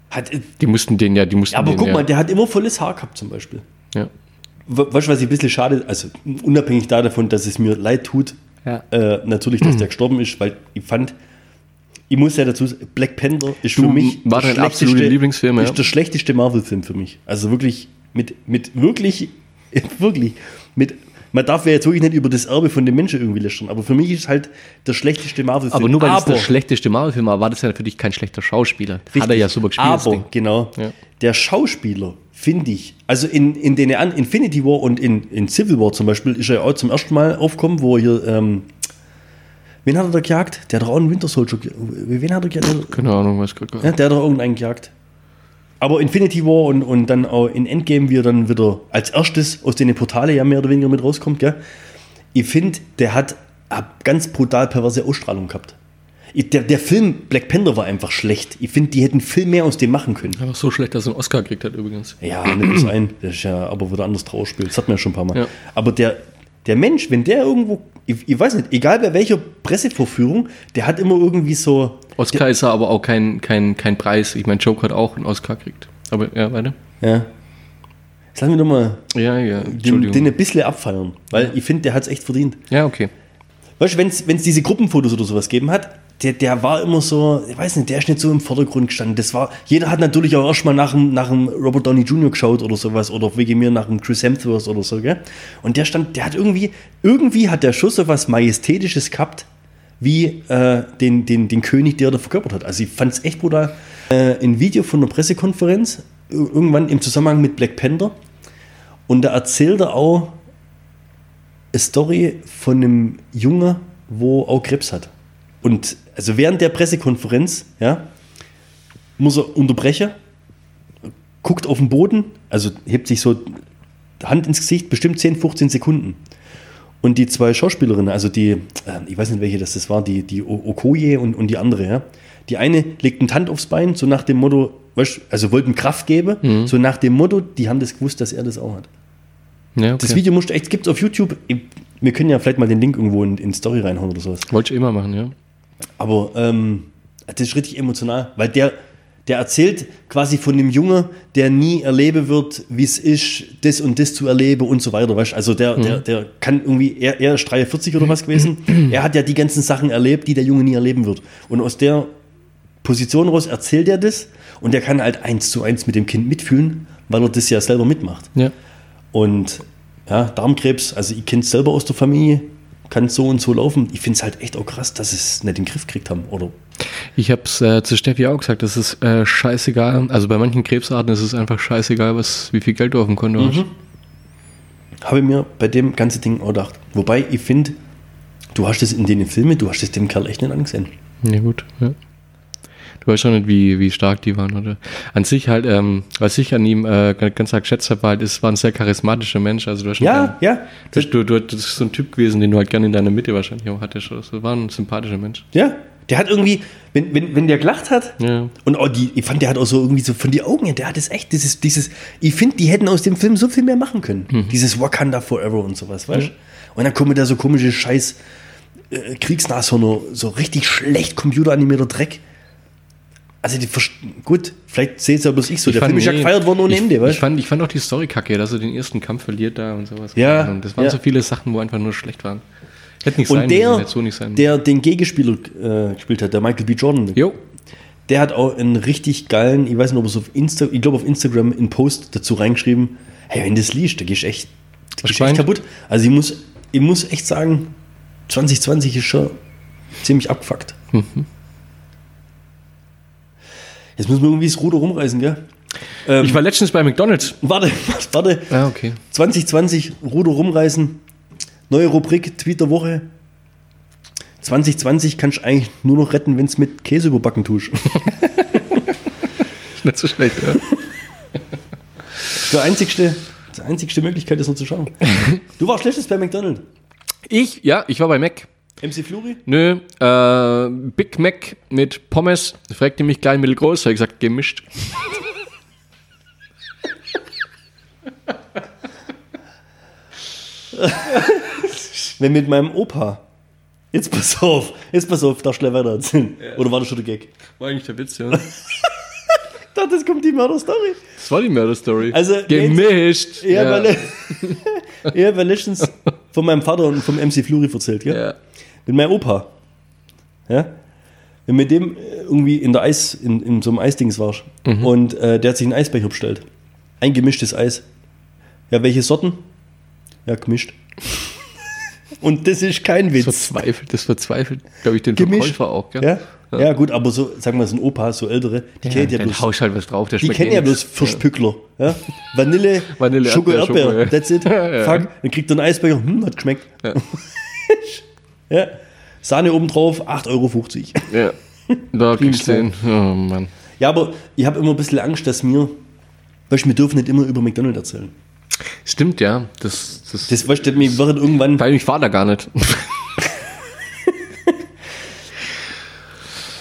Hat,
die mussten den ja, die mussten
aber
den
guck
ja,
mal, der hat immer volles Haar gehabt zum Beispiel.
Ja.
We- Weißt du, was ich ein bisschen schade, also unabhängig da davon, dass es mir leid tut,
Ja.
äh, natürlich, dass der gestorben ist, weil ich fand, ich muss ja dazu sagen, Black Panther ist
Du,
für mich
war
der
dein absoluter
schlechteste-
Lieblingsfilm, ja.
ist der schlechteste Marvel-Film für mich. Also wirklich, mit, mit wirklich, wirklich, mit man darf ja jetzt wirklich nicht über das Erbe von dem Menschen irgendwie lästern. Aber für mich ist halt der schlechteste Marvel-Film.
Aber nur weil es der schlechteste Marvel-Film war, war das ja für dich kein schlechter Schauspieler. Hat er ja super gespielt. das
Aber,
Ding.
genau,
Ja.
der Schauspieler, finde ich, also in, in den an Infinity War und in, in Civil War zum Beispiel, ist er ja auch zum ersten Mal aufgekommen, wo er hier, ähm, wen hat er da gejagt? Der hat doch auch einen Winter Soldier, ge- wen hat er gejagt?
Keine Ahnung, weiß gar
Ja, Ne, der hat doch irgendeinen gejagt. Aber Infinity War und, und dann auch in Endgame, wie er dann wieder als erstes aus den Portale ja mehr oder weniger mit rauskommt, gell? Ich finde, der hat eine ganz brutal perverse Ausstrahlung gehabt. Ich, der, der Film Black Panther war einfach schlecht. Ich finde, die hätten viel mehr aus dem machen können.
Einfach so schlecht, dass er einen Oscar gekriegt hat übrigens.
Ja, nimm es ein. Das ist ja aber wieder anders draus spielt. Das hat man ja schon ein paar Mal.
Ja.
Aber der, der Mensch, wenn der irgendwo, ich, ich weiß nicht, egal bei welcher Pressevorführung, der hat immer irgendwie so,
Oscar ist er aber auch kein, kein, kein Preis. Ich meine, Joker hat auch einen Oscar gekriegt. Aber ja, weiter.
ja. Jetzt lass mich doch mal
Ja, ja,
den,
Entschuldigung.
den ein bisschen abfeiern, weil ich finde, der hat es echt verdient.
ja, okay.
Weißt du, wenn es diese Gruppenfotos oder sowas gegeben hat, der, der war immer so, ich weiß nicht, der ist nicht so im Vordergrund gestanden. Das war, jeder hat natürlich auch erstmal nach dem, nach dem Robert Downey Jr. geschaut oder sowas oder wegen mir nach dem Chris Hemsworth oder so, gell? Und der stand, der hat irgendwie, irgendwie hat der Schuss so was Majestätisches gehabt, wie äh, den, den, den König, der da verkörpert hat. Also ich fand es echt brutal. Äh, ein Video von einer Pressekonferenz, ir- irgendwann im Zusammenhang mit Black Panther. Und da erzählt er auch, eine Story von einem Junge, wo auch Krebs hat. Und also während der Pressekonferenz, ja, muss er unterbrechen, guckt auf den Boden, also hebt sich so Hand ins Gesicht, bestimmt 10, 15 Sekunden. Und die zwei Schauspielerinnen, also die, äh, ich weiß nicht, welche das, das war, die, die O- Okoye und, und die andere, ja. Die eine legt eine Hand aufs Bein, so nach dem Motto, weißt, du, also wollten Kraft geben, so nach dem Motto, die haben das gewusst, dass er das auch hat.
Ja, okay.
Das Video musst du echt, gibt's auf YouTube. Ich- Wir können ja vielleicht mal den Link irgendwo in, in Story reinhauen oder sowas.
Wollte ich immer machen, ja.
Aber ähm, das ist richtig emotional, weil der, der erzählt quasi von dem Junge, der nie erleben wird, wie es ist, das und das zu erleben und so weiter. Weißt? du. Also der, der, der kann irgendwie, er, er ist 43 oder was gewesen. Er hat ja die ganzen Sachen erlebt, die der Junge nie erleben wird. Und aus der Position raus erzählt er das und der kann halt eins zu eins mit dem Kind mitfühlen, weil er das ja selber mitmacht.
Ja.
Und ja, Darmkrebs, also ich kenne es selber aus der Familie, kann so und so laufen. Ich finde es halt echt auch krass, dass sie es nicht in den Griff gekriegt haben. Oder
Ich habe es äh, zu Steffi auch gesagt, das ist äh, scheißegal. Also bei manchen Krebsarten ist es einfach scheißegal, was, wie viel Geld du auf dem Konto hast.
habe ich mir bei dem ganzen Ding auch gedacht. Wobei ich finde, du hast es in den Filmen, du hast es dem Kerl echt nicht angesehen.
Ja, gut, ja. Du weißt schon nicht, wie, wie stark die waren, oder? An sich halt, ähm, was ich an ihm äh, ganz, ganz stark geschätzt habe, war halt, es war ein sehr charismatischer Mensch. Also du hast schon
Ja,
gern-
ja,
Du, du, du, das ist so ein Typ gewesen, den du halt gerne in deiner Mitte wahrscheinlich auch hattest. oder so. war ein sympathischer Mensch.
ja. Der hat irgendwie, wenn, wenn, wenn der gelacht hat,
Ja.
und auch die, ich fand, der hat auch so irgendwie so von die Augen her, der hat es echt, dieses, dieses, ich finde, die hätten aus dem Film so viel mehr machen können.
Mhm.
Dieses Wakanda Forever und sowas, weißt du? Und dann kommen da so komische Scheiß äh, Kriegsnashörner, so richtig schlecht computeranimierter Dreck. Also, die, verst- gut, vielleicht sehe es ja bloß ich so. der Film ist ja
nee,
gefeiert worden ohne
ich,
Ende,
ich
weißt du?
fand, ich fand auch die Story kacke, dass er den ersten Kampf verliert da und sowas.
Ja,
Keine Ahnung, Das waren
ja.
so viele Sachen, wo einfach nur schlecht waren. Hätte nicht sein
Und der,
müssen, hätte so nicht sein
der den Gegenspieler äh, gespielt hat, der Michael B. Jordan,
Jo,
der hat auch einen richtig geilen, ich weiß nicht, ob er es auf Insta, ich glaube auf Instagram in Post dazu reingeschrieben, hey, wenn du das liest, da gehst du echt, da
Was
gehst du echt
meint?
kaputt. Also ich muss, ich muss echt sagen, 2020 ist schon ziemlich abgefuckt. Jetzt müssen wir irgendwie das Ruder rumreißen, gell? Ähm,
ich war letztens bei McDonalds.
warte, warte.
Ah, okay.
2020 Ruder rumreißen. Neue Rubrik, Tweet der Woche. 2020 kannst du eigentlich nur noch retten, wenn es mit Käse überbacken tust.
Ist nicht so schlecht, ja.
Die einzigste, die einzigste Möglichkeit ist nur zu schauen. Du warst schlechtes bei McDonald's.
Ich, ja, ich war bei Mac.
MC Fluri?
Nö, äh, Big Mac mit Pommes. Fragte mich klein, mittelgroß. Habe ich gesagt, gemischt.
Wenn mit meinem Opa. Jetzt pass auf, jetzt pass auf, darfst du gleich weiter erzählen. Oder war das schon der Gag?
War eigentlich der Witz, ja.
Ich dachte, das kommt die Mörder-Story.
Das war die Mörder-Story.
Also,
gemischt.
Ja, weil ich habe letztens von meinem Vater und vom MC Fluri erzählt, gell?
ja.
Mit meinem Opa. Ja? Wenn mit dem äh, irgendwie in der Eis, in, in so einem Eisdings warst
Mhm.
und äh, der hat sich einen Eisbecher bestellt. Ein gemischtes Eis. Ja, welche Sorten? Ja, gemischt. Und das ist kein
Das
Witz.
verzweifelt, das verzweifelt, glaube ich, den Verkäufer auch. Gell?
Ja? ja, gut, aber so, sagen wir, es sind Opas, so ältere, die kennen ja
dann
bloß,
haust halt was drauf, der
die
schmeckt
kennen
eh
ja bloß
nix.
Verspückler. Ja? Vanille,
Vanille,
Schoko,
Erdbeer,
Erdbeer,
Schoko, ja.
that's it.
Ja, ja.
Fuck, dann kriegt er einen Eisbecher, hm, hat geschmeckt. Ja.
Ja.
Sahne obendrauf, 8,50 Euro.
Ja. Da kriegst du
Prima.
den. Oh Mann.
Ja, aber ich habe immer ein bisschen Angst, dass mir, weißt du, wir dürfen nicht immer über McDonald's erzählen.
Stimmt, ja. Das, das,
Das, weißt du, mir wird irgendwann,
weil ich war da gar nicht.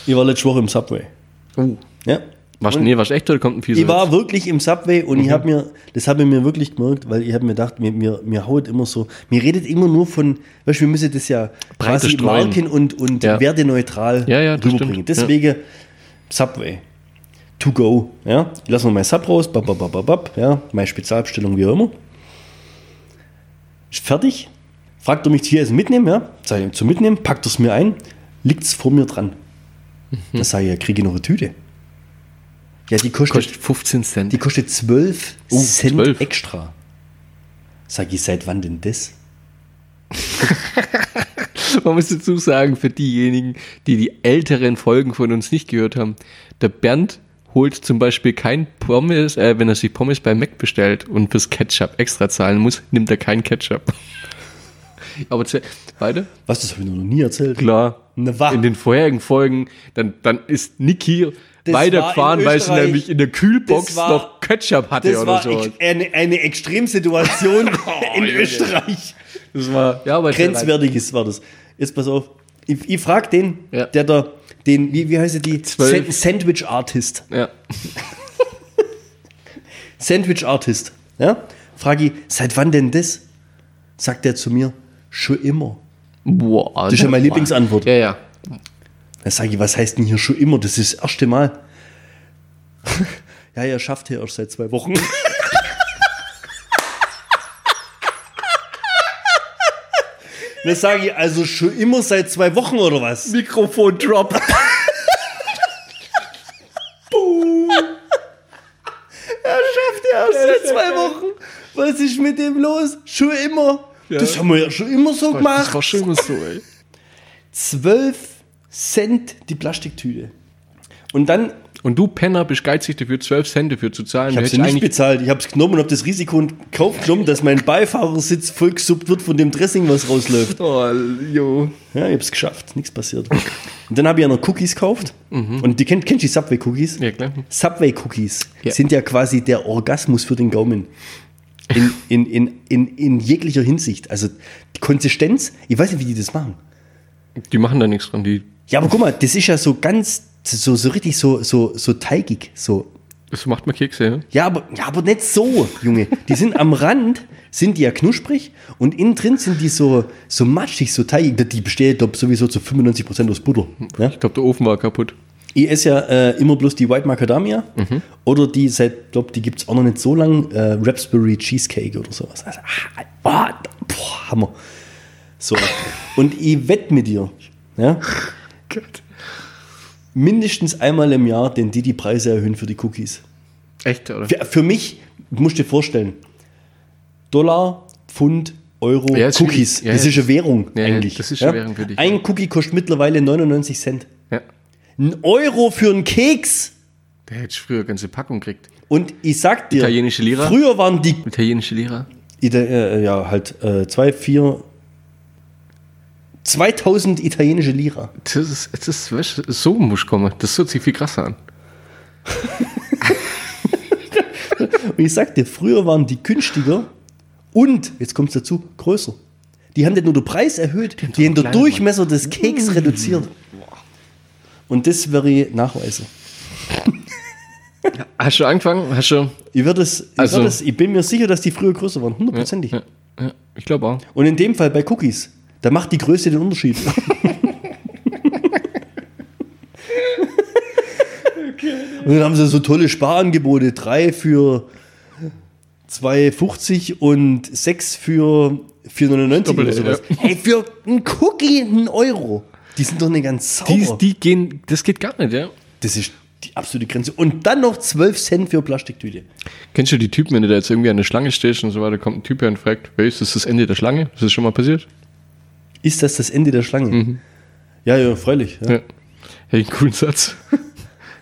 ich war letzte Woche im Subway.
Oh.
Ja.
Warst, nee, warst echt oder kommt ein Fieser?
Ich war wirklich im Subway und ich
Mhm.
habe mir, das habe ich mir wirklich gemerkt, weil ich habe mir gedacht, mir, mir, mir haut immer so, mir redet immer nur von, weißt du, wir müssen das ja
Breite
quasi
streuen.
Marken und, und
Ja.
werteneutral
Ja, ja, das
rüberbringen.
stimmt. Ja.
Deswegen Subway. To go. Ja. Ich lasse mir mein Sub raus, bap, bap, bap, bap, bap, ja. Meine Spezialbestellung, wie auch immer. Ist fertig. Fragt er mich, hier ist mitnehmen, ja. Sag ich ihm, zum Mitnehmen, packt es mir ein, liegt es vor mir dran.
Mhm.
Dann sage ich, ja, kriege ich noch eine Tüte. Ja, die kostet,
Kostet 15 Cent.
die kostet 12
Oh,
Cent
12.
extra. Sag ich, seit wann denn das?
Man muss dazu sagen, für diejenigen, die die älteren Folgen von uns nicht gehört haben, der Bernd holt zum Beispiel kein Pommes, äh, wenn er sich Pommes bei Mac bestellt und fürs Ketchup extra zahlen muss, nimmt er kein Ketchup. Aber zu- beide?
Was, das habe ich noch nie erzählt?
Klar.
Na, wa?
In den vorherigen Folgen, dann, dann ist Niki
Das war
weitergefahren,
in
weil sie
Österreich-
nämlich in der Kühlbox
das war-
noch Ketchup hatte
Das
oder
war
so. Oh,
ex- eine, eine Extremsituation in Österreich.
Das war ja, aber
Grenzwertiges war das. Jetzt pass auf. Ich, ich frag den,
Ja.
der da, den, wie, wie heißt er die? Sa-
Zwölf.
Sandwich Artist.
Ja.
Sandwich Artist. Ja? Frag ich, seit wann denn das? Sagt er zu mir, schon immer.
Boah, das
ist ja meine Lieblingsantwort.
Ja, ja.
Da sage ich, was heißt denn hier schon immer? Das ist das erste Mal. ja, ihr schafft hier erst seit zwei Wochen. Da sage ich, also schon immer seit zwei Wochen oder was?
Mikrofon drop.
Ja, seit zwei Wochen. Was ist mit dem los? Schon immer.
Ja.
Das haben wir ja schon immer so
Das
gemacht.
war schon immer so, ey.
12 Cent die Plastiktüte. Und dann,
Und du Penner bist geizig dafür, 12 Cent dafür zu zahlen.
ich
Du
habe sie
hättest
nicht bezahlt. Ich habe es genommen und habe das Risiko in Kauf genommen, dass mein Beifahrersitz vollgesuppt wird von dem Dressing, was rausläuft.
Oh, jo.
Ja, ich hab's geschafft, nichts passiert. Und dann habe ich ja noch Cookies gekauft. Und die kennt, kennst du die Subway-Cookies?
Mhm. Ja, klar.
Subway-Cookies
Ja.
sind ja quasi der Orgasmus für den Gaumen. In, in, in, in, in jeglicher Hinsicht. Also die Konsistenz, ich weiß nicht, wie die das machen.
Die machen da nichts dran. Die
Ja, aber guck mal, das ist ja so ganz, so, so richtig so, so, so teigig. So.
das macht mir Kekse, ja?
Ja, aber, ja, aber nicht so, Junge. Die sind am Rand, sind die ja knusprig und innen drin sind die so, so matschig, so teigig. Die besteht, glaube sowieso zu 95% aus Butter. Ja?
Ich glaube, der Ofen war kaputt.
Ich esse ja äh, immer bloß die White Macadamia oder die, seit glaube die gibt es auch noch nicht so lang, äh, Raspberry Cheesecake oder sowas. Also, ah, ah, boah, Hammer. So, und ich wette mit dir, ja, mindestens einmal im Jahr, denn die die Preise erhöhen für die Cookies.
Echt, oder?
Für, für mich, du musst dir vorstellen, Dollar, Pfund, Euro,
Ja, ist
Cookies,
schwierig. Ja,
das
ja.
ist eine Währung
Ja, ja,
eigentlich.
das ist eine Währung für dich,
Ein Cookie kostet mittlerweile 99 Cent.
Ja.
Ein Euro für einen Keks!
Der hätte früher ganze Packung gekriegt.
Und ich sag dir,
Italienische Lira?
früher waren die,
Italienische Lehrer.
Ita äh, ja halt, äh, zwei, vier, 2000 italienische Lira.
Das ist, das ist, weißt du, so muss kommen. Das hört sich viel krasser an.
Und ich sag dir, früher waren die günstiger und, jetzt kommt's dazu, größer. Die haben nicht nur den Preis erhöht, die haben den
kleiner
Durchmesser des Keks reduziert. Und das wäre ich nachweisen.
Hast du angefangen? Hast du.
Ich, werd es, ich,
Also-
werd es, ich bin mir sicher, dass die früher größer waren, hundertprozentig.
Ja, ja. Ich glaube auch.
Und in dem Fall bei Cookies, da macht die Größe den Unterschied. Und dann haben sie so tolle Sparangebote. Drei für 2,50 und sechs für 4,99 oder
Doppel,
sowas. Hey, für einen Cookie einen Euro. Die sind doch nicht ganz sauber.
Die, die gehen. Das geht gar nicht, ja?
das ist die absolute Grenze. Und dann noch 12 Cent für Plastiktüte.
Kennst du die Typen, wenn du da jetzt irgendwie an der Schlange stehst und so weiter, kommt ein Typ her und fragt, wer ist das, das Ende der Schlange? Ist das schon mal passiert?
Ist das das Ende der Schlange? Ja, ja, freilich. Ja.
Mhm. Ja. Hey, einen coolen Satz.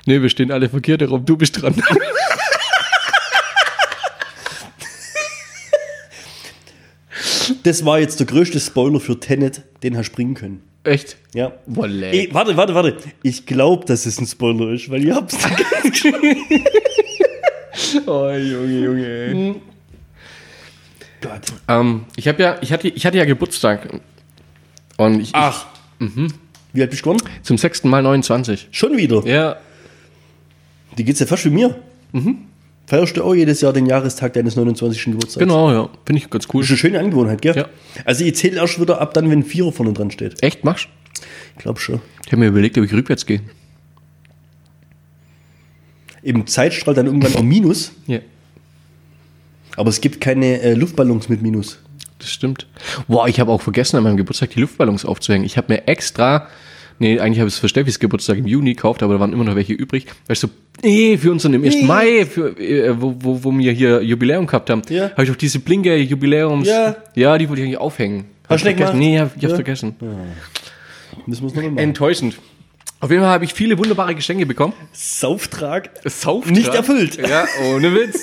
nee, wir stehen alle verkehrt herum, du bist dran.
Das war jetzt der größte Spoiler für Tenet, den hast du bringen können.
Echt?
Ja.
Wolle.
Ey, warte, warte, warte. Ich glaube, dass es ein Spoiler ist, weil ihr habt's.
Oh, Junge, Junge. ey.
Gott.
Ähm, ich habe ja, ich hatte, ich hatte ja Geburtstag. Und ich,
Ach. Mhm. Wie alt bist du geworden?
ich zum sechsten Mal 29.
Schon wieder.
Ja,
Die geht's ja fast wie mir.
Mhm.
Feierst du auch jedes Jahr den Jahrestag deines 29. Geburtstags?
genau, ja. Finde ich ganz cool.
Das ist eine schöne Angewohnheit, gell?
Ja.
Also ich zähle erst wieder ab dann, wenn ein Vierer vorne dran steht.
Echt, machst
Ich glaube schon.
Ich habe mir überlegt, ob ich rückwärts gehe.
Im Zeitstrahl dann irgendwann auch Minus,
Ja,
aber es gibt keine äh, Luftballons mit Minus.
das stimmt. Boah, ich habe auch vergessen, an meinem Geburtstag die Luftballons aufzuhängen. Ich habe mir extra, nee, eigentlich habe ich es für Steffis Geburtstag im Juni gekauft, aber da waren immer noch welche übrig. Weißt du, nee, für unseren im 1. Mai, für, äh, wo, wo, wo wir hier Jubiläum gehabt haben,
Ja.
habe ich doch diese Blinker Jubiläums.
Ja.
ja, die wollte ich eigentlich aufhängen. Hab
Hast du nicht
vergessen.
gemacht?
Nee, hab, ich hab's
Ja.
vergessen.
Müssen wir es nochmal machen.
Enttäuschend. Auf jeden Fall habe ich viele wunderbare Geschenke bekommen.
Sauftrag.
Sauft.
Nicht erfüllt.
Ja, ohne Witz.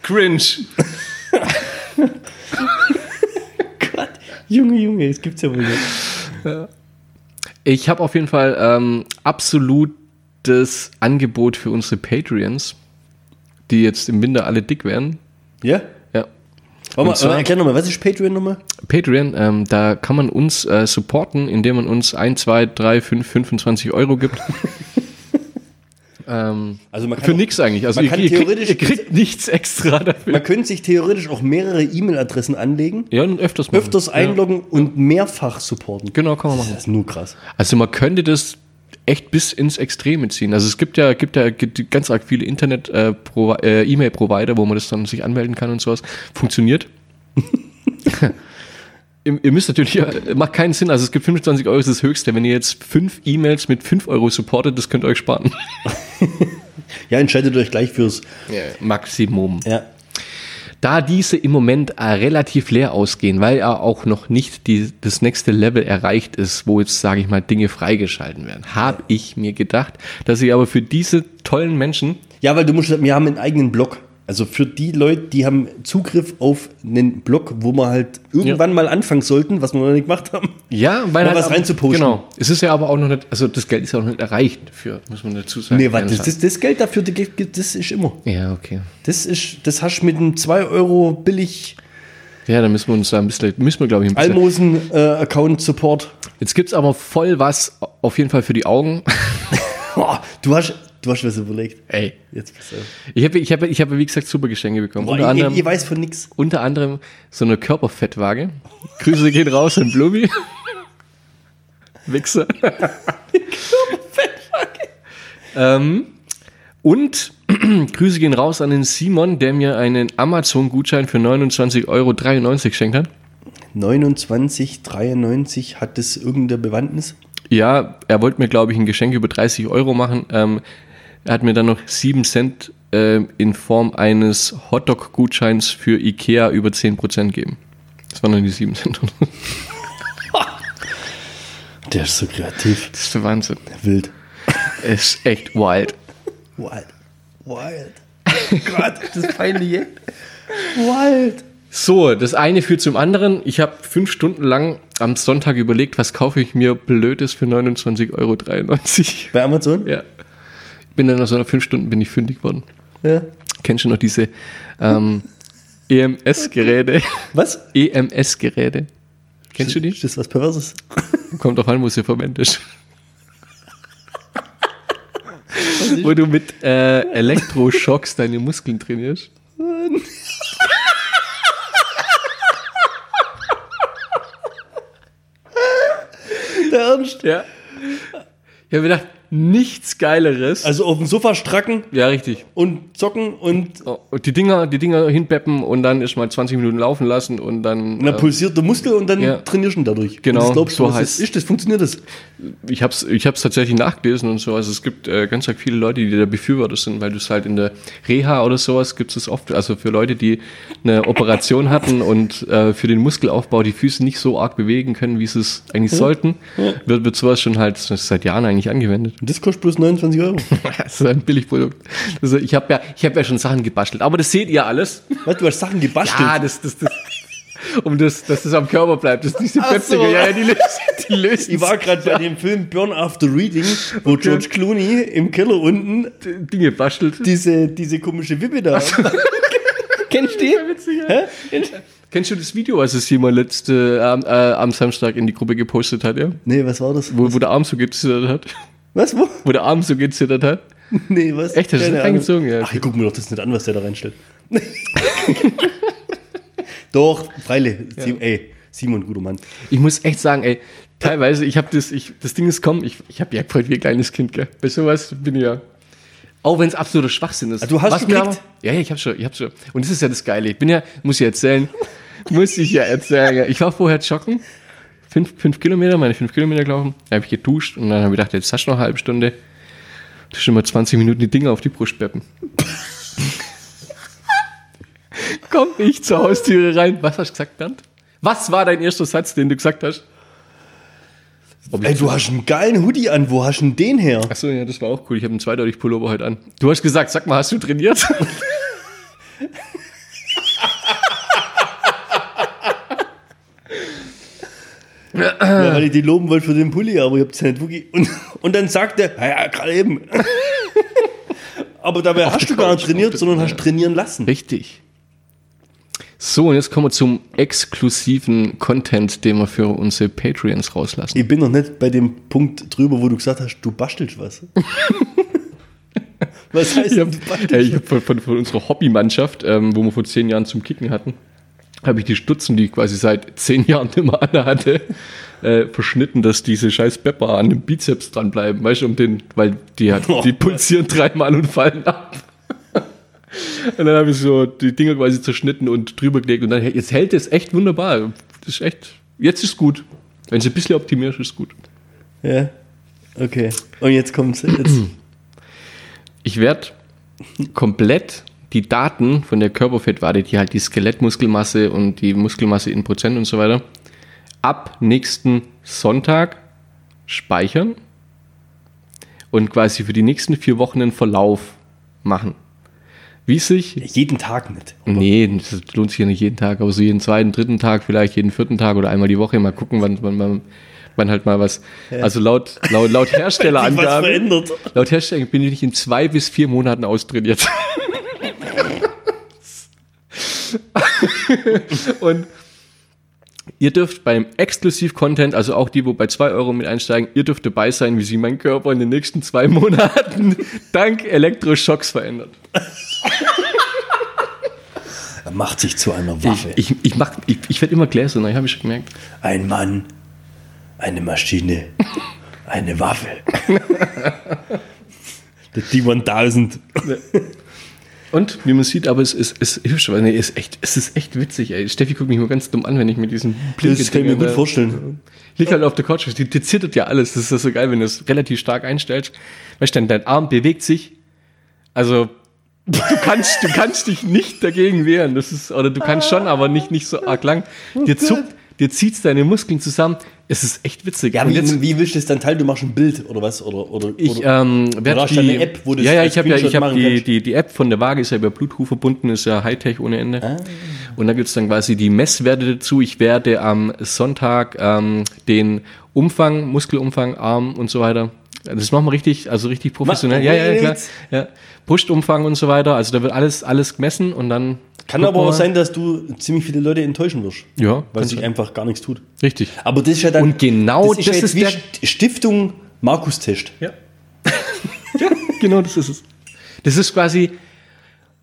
Cringe.
Gott. Junge, Junge, das gibt's ja wohl nicht.
Ich habe auf jeden Fall ähm, absolutes Angebot für unsere Patreons, die jetzt im Winter alle dick werden.
Ja?
Ja.
Warte mal,
Und zwar-
äh, erklär nochmal, was ist Patreon nochmal?
Patreon, ähm, da kann man uns äh, supporten, indem man uns 1, 2, 3, 5, 25 Euro gibt. ähm,
Also man kann
für
auch-
nichts eigentlich. Also
man
ihr,
kann
ihr, kriegt,
theoretisch-
ihr kriegt nichts extra dafür.
Man könnte sich theoretisch auch mehrere E-Mail-Adressen anlegen,
Ja, und öfters machen.
öfters einloggen und mehrfach supporten.
Ja. Genau, kann man machen.
Das ist nur krass.
Also man könnte das echt bis ins Extreme ziehen. Also es gibt ja, gibt ja gibt ganz arg viele Internet äh, Provi- äh, E-Mail Provider, wo man das dann sich anmelden kann und sowas. Funktioniert. ihr, ihr müsst natürlich, äh, macht keinen Sinn. Also es gibt 25 Euro ist das höchste. Wenn ihr jetzt fünf E-Mails mit 5 Euro supportet, das könnt ihr euch sparen.
Ja, entscheidet euch gleich fürs.
Maximum.
Ja.
Da diese im Moment äh, relativ leer ausgehen, weil ja auch noch nicht die, das nächste Level erreicht ist, wo jetzt, sage ich mal, Dinge freigeschalten werden, habe ich mir gedacht, dass ich aber für diese tollen Menschen,
Ja, weil du musst, halt- wir haben einen eigenen Blog. Also für die Leute, die haben Zugriff auf einen Blog, wo wir halt irgendwann mal anfangen sollten, was wir noch nicht gemacht haben.
ja, weil
Mal was
aber-
reinzuposten.
Genau. Es ist ja aber auch noch nicht, also das Geld ist ja auch noch nicht erreicht für, muss man dazu sagen.
Nee, warte, das, das, das Geld dafür, das gibt- das ist immer.
Ja, okay.
Das ist, das hast du mit einem 2 Euro billig
Ja, dann müssen wir uns da ein bisschen, müssen wir, glaube ich, ein bisschen.
äh, Almosen-Account-Support.
Jetzt gibt's aber voll was, auf jeden Fall für die Augen.
du, hast, du hast was überlegt.
Ey.
Jetzt bist du.
Ich habe, ich habe, ich habe, wie gesagt, super Geschenke bekommen.
Boah,
Unter
ihr,
anderem-
ihr weiß von nichts.
unter anderem so eine Körperfettwaage. Grüße gehen raus an Blumi. Wichser. Körperfettwaage. Ähm, und Grüße gehen raus an den Simon, der mir einen Amazon-Gutschein für 29,93 Euro geschenkt hat.
29, 93 hat das irgendeine Bewandtnis.
Ja, er wollte mir, glaube ich, ein Geschenk über 30 Euro machen. Ähm, er hat mir dann noch 7 Cent ähm, in Form eines Hotdog-Gutscheins für Ikea über 10% geben. Das waren dann die 7 Cent.
Der ist so kreativ.
Das ist der Wahnsinn.
Wild.
Ist echt wild.
Wild. Wild. Oh Gott, das peinliche. Wild.
So, das eine führt zum anderen. Ich habe fünf Stunden lang am Sonntag überlegt, was kaufe ich mir Blödes für 29,93 Euro.
Bei Amazon?
Ja. Bin dann nach so einer fünf Stunden bin ich fündig worden.
Ja.
Kennst du noch diese ähm, EMS-Geräte?
Was?
EMS-Geräte. E Kennst du die?
Ist das was Perverses?
Kommt auch an, wo sie verwendet ist. wo du mit äh, Elektroschocks deine Muskeln trainierst.
Der Ernst?
Ja. Ich habe gedacht, nichts Geileres.
Also auf dem Sofa stracken
ja, richtig.
und zocken und,
Oh, und Die Dinger, die Dinger hinbeppen und dann ist mal 20 Minuten laufen lassen und dann.
und dann
äh,
pulsiert der Muskel und dann
Ja.
trainierst du ihn dadurch.
Genau,
Und das glaubst du,
so
was
heißt-
das ist das? Funktioniert das?
ich habe es ich hab's tatsächlich nachgelesen und so. Also es gibt äh, ganz arg viele Leute, die da Befürworter sind, weil du es halt in der Reha oder sowas gibt es oft. Also für Leute, die eine Operation hatten und äh, für den Muskelaufbau die Füße nicht so arg bewegen können, wie sie es eigentlich sollten, wird, wird sowas schon halt das ist seit Jahren eigentlich angewendet.
Und das kostet bloß 29 Euro.
Das ist ein Billigprodukt. Also ich habe ja, ich hab ja schon Sachen gebastelt, aber das seht ihr alles.
Weißt du, du hast Sachen gebastelt.
Ja, das, das, das. Um das, dass das am Körper bleibt. Das ist diese
Ach
Pepsi.
so.
Ja, ja, die lösen, die lösen.
Ich war gerade bei dem Film Burn After Reading, wo George Clooney im Keller unten
Dinge bastelt.
diese, diese komische Wippe da. Kennst du die?
Kennst du das Video, was es jemand letzte ähm, äh, am Samstag in die Gruppe gepostet hat, ja?
Nee, was war das?
Wo, wo der Arm so gezittert hat.
Was? Wo?
Wo der Arm so gezittert hat.
Nee, was?
Echt, hast du
Keine
das
Ahnung.
reingezogen? Ja,
Ach, ich guck mir doch das nicht an, was der da reinstellt. doch, Freile. Simon, ey, Simon, guter Mann.
Ich muss echt sagen, ey, teilweise, ich habe das, ich, das Ding ist komm, ich, ich habe ja gefreut wie ein kleines Kind, gell? Bei sowas bin ich ja. Auch wenn es absoluter Schwachsinn ist.
Also du hast
Was mir
gekriegt?
aber- Ja, ja, ich habe schon, ich habe schon. Und das ist ja das Geile. Ich bin ja, muss ich erzählen, muss ich ja erzählen. ja. Ich war vorher joggen, fünf, fünf Kilometer, meine fünf Kilometer gelaufen, dann habe ich geduscht und dann habe ich gedacht, jetzt hast du noch eine halbe Stunde. Du schon mal 20 Minuten die Dinger auf die Brust beppen. Komm ich zur Haustüre rein. Was hast du gesagt, Bernd? Was war dein erster Satz, den du gesagt hast?
Ey, du hast einen geilen Hoodie an. Wo hast du denn den her?
Achso, ja, das war auch cool. Ich habe einen zweideutig Pullover heute an. Du hast gesagt, sag mal, hast du trainiert?
Ja, weil ich die loben wollte für den Pulli, aber ich hab's ja nicht wirklich. Und, und dann sagt er, "Ja, ja, gerade eben. aber dabei hast du gar nicht trainiert, sondern hast trainieren lassen.
Richtig. So, und jetzt kommen wir zum exklusiven Content, den wir für unsere Patreons rauslassen.
Ich bin noch nicht bei dem Punkt drüber, wo du gesagt hast, du bastelst was. was heißt,
Ich
du
habe
bastelst?
ja, ich hab von, von, von unserer Hobbymannschaft, ähm, wo wir vor zehn Jahren zum Kicken hatten, habe ich die Stutzen, die ich quasi seit zehn Jahren immer an hatte, äh, verschnitten, dass diese scheiß Pepper an dem Bizeps dranbleiben, weißt du, um den, weil die hat,
Oh.
die pulsieren dreimal und fallen ab. Und dann habe ich so die Dinger quasi zerschnitten und drüber gelegt und dann, jetzt hält es echt wunderbar. Das ist echt, jetzt ist gut. Wenn es ein bisschen optimierst, ist gut.
Ja. Okay. Und jetzt kommt's. Jetzt.
Ich werde komplett die Daten von der Körperfettwarte, die halt die Skelettmuskelmasse und die Muskelmasse in Prozent und so weiter, ab nächsten Sonntag speichern und quasi für die nächsten vier Wochen einen Verlauf machen. Wie sich
Jeden Tag nicht.
Nee, das lohnt sich ja nicht jeden Tag, aber so jeden zweiten, dritten Tag, vielleicht jeden vierten Tag oder einmal die Woche mal gucken, wann, wann, wann, wann halt mal was. Also laut, laut, laut Herstellerangaben.
verändert.
laut Hersteller bin ich in zwei bis vier Monaten austrainiert. Und ihr dürft beim Exklusiv-Content, also auch die, wo bei 2 Euro mit einsteigen, ihr dürft dabei sein, wie sich mein Körper in den nächsten zwei Monaten dank Elektroschocks verändert.
Er macht sich zu einer Waffe.
Ich, ich, mach- ich, ich werde immer gläserner, ich habe schon gemerkt.
Ein Mann, eine Maschine, eine Waffe. Der D1000.
Und wie man sieht, aber es ist, es ist hübsch, weil nee, es ist echt, es ist echt witzig, ey. Steffi guckt mich immer ganz dumm an, wenn ich mit diesem Blick.
Das kann ich mir
ne?
gut vorstellen.
Liegt halt auf der Couch, die, die zittert ja alles. Das ist ja so geil, wenn du es relativ stark einstellst. Weißt du, dein, dein Arm bewegt sich. Also, du kannst, du kannst dich nicht dagegen wehren. Das ist, oder du kannst schon, aber nicht, nicht so arg lang. Dir zuckt, dir zieht deine Muskeln zusammen. Es ist echt witzig.
Ja,
Und
wie, wie willst du das dann teilen? Du machst ein Bild oder was? Oder, oder,
Ich
oder
ähm,
Oder
werde
hast
die
du eine App, wo du
ja
das
ja
als
ich habe ja ich
Screenshot
habe
machen
die,
kannst?
die die App von der Waage ist ja über Bluetooth verbunden ist ja Hightech ohne Ende
Ah.
und da gibt's dann quasi die Messwerte dazu ich werde am Sonntag ähm, den Umfang Muskelumfang Arm und so weiter das machen wir richtig also richtig professionell ja ja, ja klar
jetzt?
ja. Brustumfang und so weiter also da wird alles alles gemessen und dann
kann aber auch sein, dass du ziemlich viele Leute enttäuschen wirst.
Ja,
Weil
kann
sich
sein.
einfach gar nichts tut.
richtig
Aber das ist ja dann.
Und genau
das ist, ja
das ist
jetzt wie
der-
St- Stiftung Markus Test.
Ja. ja, genau das ist es. Das ist quasi,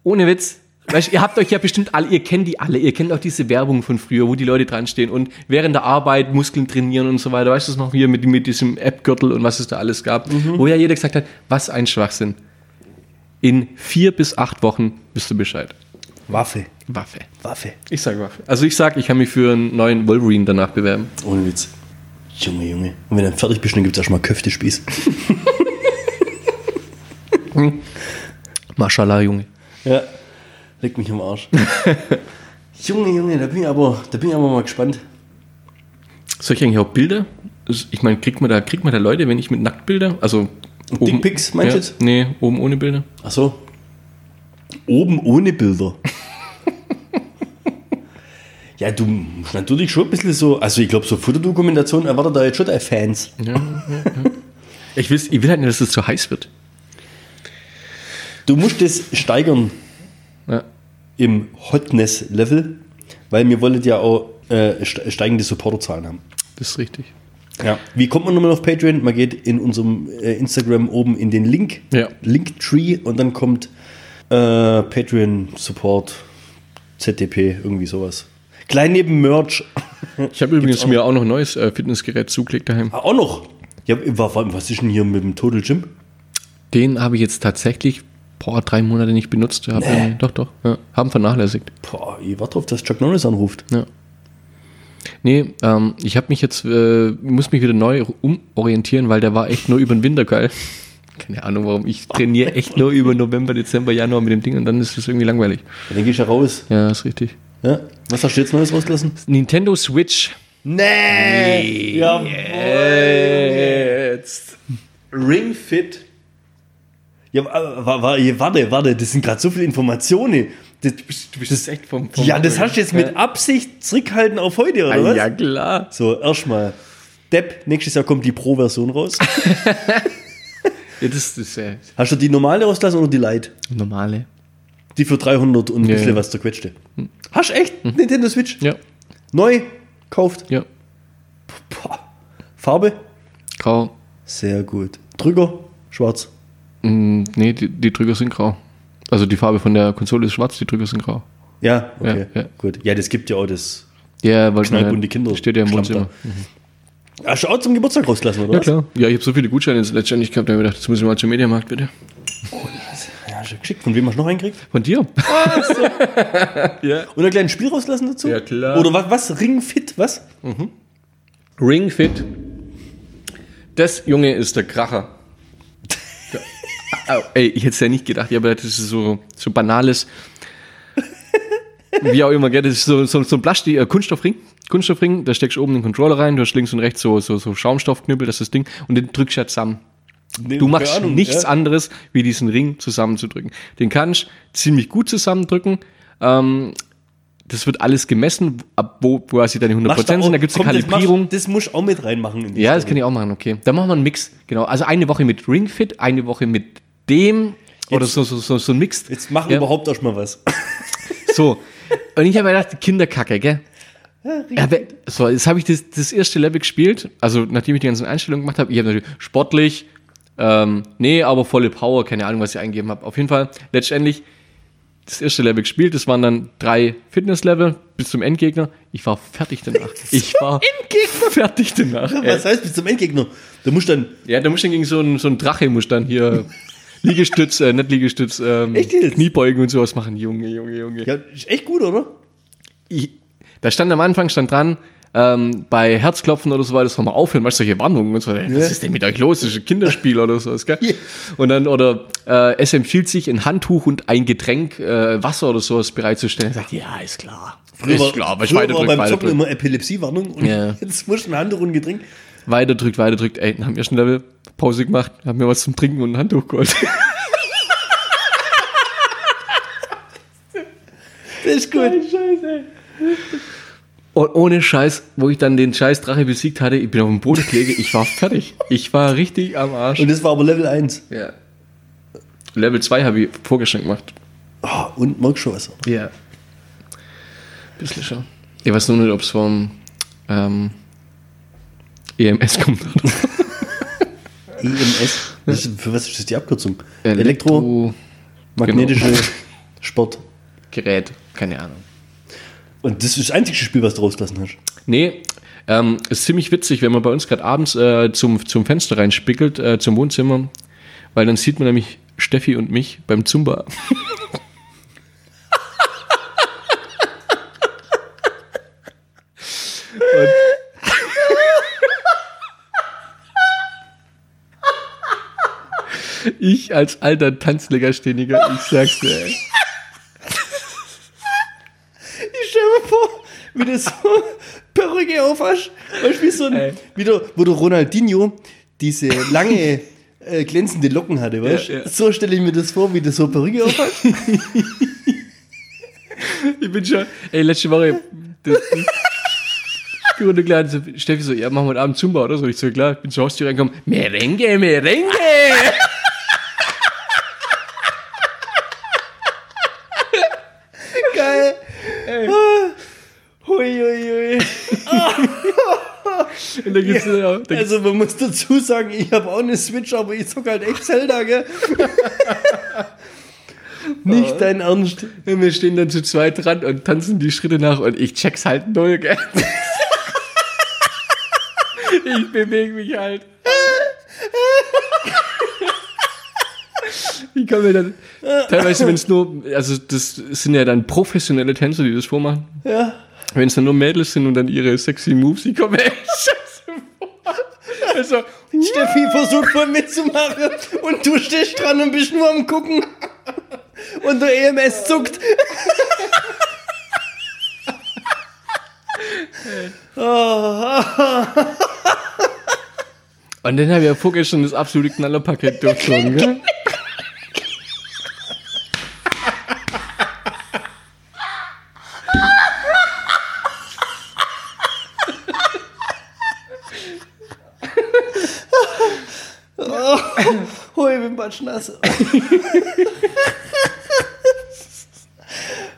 ohne Witz, Weißt, ihr habt euch ja bestimmt alle, ihr kennt die alle, ihr kennt auch diese Werbung von früher, wo die Leute dran stehen und während der Arbeit Muskeln trainieren und so weiter. Weißt du das noch hier mit, mit diesem App-Gürtel und was es da alles gab, wo ja jeder gesagt hat, was ein Schwachsinn. In vier bis acht Wochen bist du Bescheid.
Waffe.
Waffe.
Waffe.
Ich sag Waffe. Also ich sag, ich kann mich für einen neuen Wolverine danach bewerben.
Ohne Witz. Junge, Junge. Und wenn du dann fertig bist, dann gibt es erstmal Köftespieß.
Maschallah, Junge.
Ja. Leck mich am Arsch. Junge, Junge, da bin ich aber, da bin ich aber mal gespannt.
Soll ich eigentlich auch Bilder? Also Ich meine, kriegt man da, kriegt man da Leute, wenn ich mit Nacktbilder? Also. oben-
Dickpics, meinst du jetzt?
Nee, oben ohne Bilder.
Ach so. Oben ohne Bilder. ja, du musst natürlich schon ein bisschen so, also ich glaube, so Fotodokumentation erwartet da jetzt schon deine Fans.
Ich will, ich will halt nicht, dass es zu heiß wird.
Du musst das steigern
Ja.
im Hotness-Level, weil wir wollen ja auch äh, ste- steigende Supporterzahlen haben.
Das ist richtig.
Ja. Wie kommt man nochmal auf Patreon? Man geht in unserem äh, Instagram oben in den Link,
Ja.
Linktree und dann kommt äh, Patreon Support ZDP, irgendwie sowas. Klein neben Merch.
Ich habe übrigens mir auch noch ein neues äh, Fitnessgerät zugelegt daheim.
Ah, auch noch. Ja, wa- wa- was ist denn hier mit dem Total Gym?
Den habe ich jetzt tatsächlich, boah, drei Monate nicht benutzt. Hab, äh, Doch, doch. Ja, haben vernachlässigt.
Boah, ich warte drauf, dass Chuck Norris anruft.
Ja. Nee, ähm, ich habe mich jetzt, äh, muss mich wieder neu umorientieren, weil der war echt nur über den Winter geil. Keine Ahnung warum. Ich trainiere echt nur über November, Dezember, Januar mit dem Ding und dann ist es irgendwie langweilig.
Ja, dann geh ich ja raus.
Ja, ist richtig.
Ja? Was hast du jetzt Neues rausgelassen?
Nintendo Switch.
Nee!
Jetzt.
Ring Fit. Ja, wa- wa- wa- warte, warte, das sind gerade so viele Informationen. Das,
Du bist das echt vom, vom
ja, das hast du jetzt mit Absicht zurückhalten auf heute, oder
Ah,
was?
ja, klar.
So, erstmal. Depp, nächstes Jahr kommt die Pro-Version raus.
Ja, das ist äh,
Hast du die normale rausgelassen oder die Light?
normale.
Die für 300 und ein
Ja,
bisschen
ja. Hm.
was zerquetschte. Hast du echt? Nintendo Switch?
Ja,
Neu? Kauft?
ja.
Boah. Farbe?
Grau.
Sehr gut. Drücker? Schwarz.
Mm, nee, die, die Drücker sind grau. Also die Farbe von der Konsole ist schwarz, die Drücker sind grau.
Ja, okay.
Ja, ja.
Gut. Ja, das gibt ja auch das.
Ja, weil halt
Knallbunte Kinder.
Steht ja im
Schlampt
Wohnzimmer.
Hast du auch zum Geburtstag rausgelassen, oder?
Ja,
was?
klar. Ja, ich habe so viele Gutscheine jetzt letztendlich gehabt, da habe ich gedacht, jetzt müssen wir mal zum Mediamarkt, bitte.
Ja, hast du geschickt. Von wem hast du noch einen gekriegt?
Von dir?
Und ein kleines Spiel rauslassen dazu?
Ja, klar.
Oder was? was? Ring fit, was?
Ring Fit. Das Junge ist der Kracher. Au, ey, ich hätte es ja nicht gedacht, ja, aber das ist so, so banales. Wie auch immer, gell? Das ist so, so, so ein Plastik, äh, Kunststoffring. Kunststoffring, da steckst du oben den Controller rein, du hast links und rechts so, so, so Schaumstoffknüppel, das ist das Ding, und den drückst du ja zusammen.
Nee,
Du
keine
machst
Ahnung,
nichts
ja.
anderes, wie diesen Ring zusammenzudrücken. Den kannst du ziemlich gut zusammendrücken. Ähm, das wird alles gemessen, ab wo wo quasi deine 100%
Machst du
sind.
auch-
Da gibt's
komm,
eine
das machst-
Kalibrierung.
Das musst du auch mit reinmachen. In die
Ja, das
Story.
kann ich auch machen, okay. Dann machen wir einen Mix, genau. Also eine Woche mit Ringfit, eine Woche mit dem oder so, so, so, so ein Mix.
Jetzt mach
Ja.
überhaupt erstmal was.
So. Und ich habe mir gedacht, Kinderkacke, gell? Ja, aber, so, jetzt habe ich das, das erste Level gespielt, also nachdem ich die ganzen Einstellungen gemacht habe. Ich habe natürlich sportlich, ähm, nee, aber volle Power, keine Ahnung, was ich eingegeben habe. Auf jeden Fall, letztendlich das erste Level gespielt, das waren dann drei Fitness-Level bis zum Endgegner. Ich war fertig danach. Ich war fertig danach. ey.
Was heißt bis zum Endgegner? Du musst dann.
Ja, da musst du dann gegen so einen, so einen Drache, musst dann hier Liegestütz, äh, nicht Liegestütz, ähm,
Echt jetzt?
Kniebeugen und sowas machen. Junge, Junge, Junge.
Ja, ist echt gut, oder?
Ich, da stand am Anfang, stand dran, ähm, bei Herzklopfen oder so weiter, das soll mal aufhören, weißt du, solche Warnungen und so. weiter. Was ist denn mit euch los? Das ist ein Kinderspiel oder sowas, gell?
Ja.
Und dann, oder äh, es empfiehlt sich, ein Handtuch und ein Getränk, äh, Wasser oder sowas bereitzustellen. Er sagt, ja, ist klar. ist klar, aber ich
früher
weiter
war
drück,
beim
weiter
Zocken
drück.
immer Epilepsiewarnung und
Ja.
jetzt musst du eine andere Runde getränkt.
Weiter drückt, weiter drückt. Ey, dann haben wir schon Level Pause gemacht, haben mir was zum Trinken und ein Handtuch geholt.
Das ist gut.
Und ohne Scheiß, wo ich dann den scheiß Drache besiegt hatte, ich bin auf dem Boden gelegen, ich war fertig. Ich war richtig am Arsch.
Und das war aber Level 1.
Ja. Level 2 habe ich vorgeschenkt gemacht.
Oh, und merkst schon was.
Ja. Bisschen schon. Ich weiß nur nicht, ob es vom ähm, EMS kommt.
EMS. genau. Das ist, für was ist das die Abkürzung? Elektromagnetische Sport.
Gerät. Keine Ahnung.
Und das ist das einzige Spiel, was du rausgelassen hast.
Nee, ähm, ist ziemlich witzig, wenn man bei uns gerade abends äh, zum, zum Fenster reinspickelt, äh, zum Wohnzimmer, weil dann sieht man nämlich Steffi und mich beim Zumba. Und ich als alter Tanzlegastheniker, ich sag's dir, ey.
Ich stell mir vor, wie du so Perücke aufhast. Weißt du, wie so
Ey.
ein, wie du, wo du Ronaldinho diese lange äh, glänzende Locken hatte, weißt du?
Ja, ja.
So stelle ich mir das vor, wie du so Perücke aufhast.
Ich bin schon, ey, letzte Woche. Das, das, die Runde klar, so, Steffi so, ja, machen wir heute Abend Zumba oder so. Ich so, klar, bin zur Haustür reingekommen. Merengue, Merengue!
Geil. Ah. Hui, hui, hui.
Und dann gibt's, ja. dann gibt's,
Also man muss dazu sagen, ich habe auch eine Switch, aber ich zocke halt echt Zelda, gell? Nicht dein Ernst.
wir stehen dann zu zweit dran und tanzen die Schritte nach und ich check's halt null, gell? ich bewege mich halt. Wie kann mir dann. Teilweise, wenn es nur. Also, das sind ja dann professionelle Tänzer, die das vormachen.
Ja.
Wenn es dann nur Mädels sind und dann ihre sexy Moves, die kommen mir echt scheiße vor. Also,
Steffi versucht mal mitzumachen und du stehst dran und bist nur am gucken. Und der EMS zuckt.
und dann habe ich ja vorgestern das absolute Knallerpaket durchgezogen, gell?
Hui, ich bin batschnass.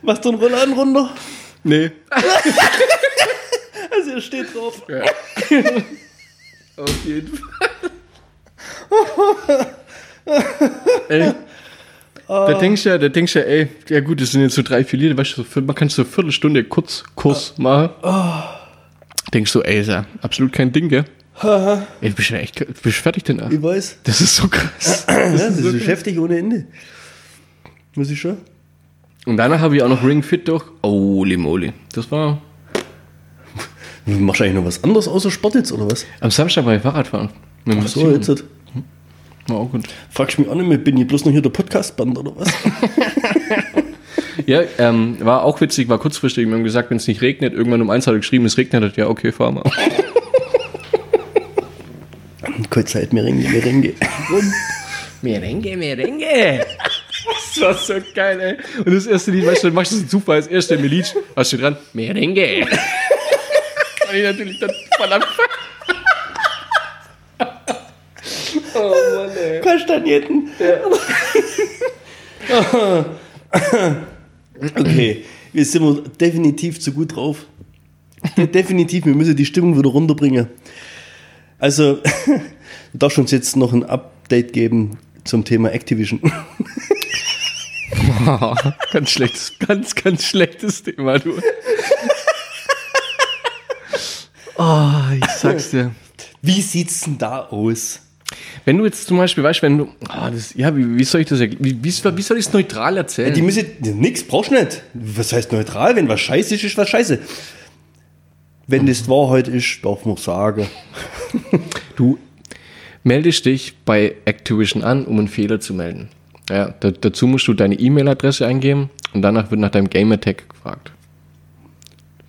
Machst du einen Rollladen runter?
Nee.
Also er steht drauf.
Ja. Auf jeden Fall. ey. Da denkst du ja, da denkst du ja, ey, ja gut, das sind jetzt so drei, vier Lieder, weißt du, so, vier- man kann so eine Viertelstunde kurz Kurs machen. Denkst du, ey, ist ja absolut kein Ding, gell? Ey, du bist ja echt, du bist fertig danach.
Ich weiß.
Das ist so
Das
krass.
ja, das ist beschäftigt ohne Ende. Muss ich schon?
Und danach habe ich auch noch Ring Fit durch. Oh, Limoli. Das war.
Du machst eigentlich noch was anderes außer Sport jetzt, oder was?
Am Samstag war ich Fahrradfahren. Mit dem
So,
Simon.
jetzt. hat-
War auch gut.
Fragst mich auch nicht mehr, bin ich bloß noch hier der Podcast-Band, oder was?
Ja, ähm, war auch witzig, war kurzfristig. Wir haben gesagt, wenn es nicht regnet, irgendwann um eins hat er geschrieben, es regnet. hat er- Ja, okay, fahr mal.
Keine Zeit, Merengue, Merengue.
Merengue, Merengue. Das war so geil, ey. Und das erste Lied, weißt du, dann machst du das Zufall als erste im Lied. Was steht dran? Merengue. Und ich natürlich dann verdammt. Oh Mann, ey.
Kastanjetten. okay, wir sind wohl definitiv zu gut drauf. Definitiv, wir müssen die Stimmung wieder runterbringen. Also, du darfst uns jetzt noch ein Update geben zum Thema Activision.
Oh, ganz schlechtes, ganz, ganz schlechtes Thema, du. Oh, ich sag's dir.
Wie sieht's denn da aus?
Wenn du jetzt zum Beispiel weißt, wenn du. ah, das, ja, wie, wie soll ich das erklären? Wie, wie, wie soll ich es neutral erzählen?
Die müssen. Nix, brauchst nicht. Was heißt neutral? Wenn was scheiße ist, ist was scheiße. Wenn das die Wahrheit ist, darf man sagen.
du meldest dich bei Activision an, um einen Fehler zu melden. Ja, da, dazu musst du deine E-Mail-Adresse eingeben und danach wird nach deinem Gamer-Tag gefragt.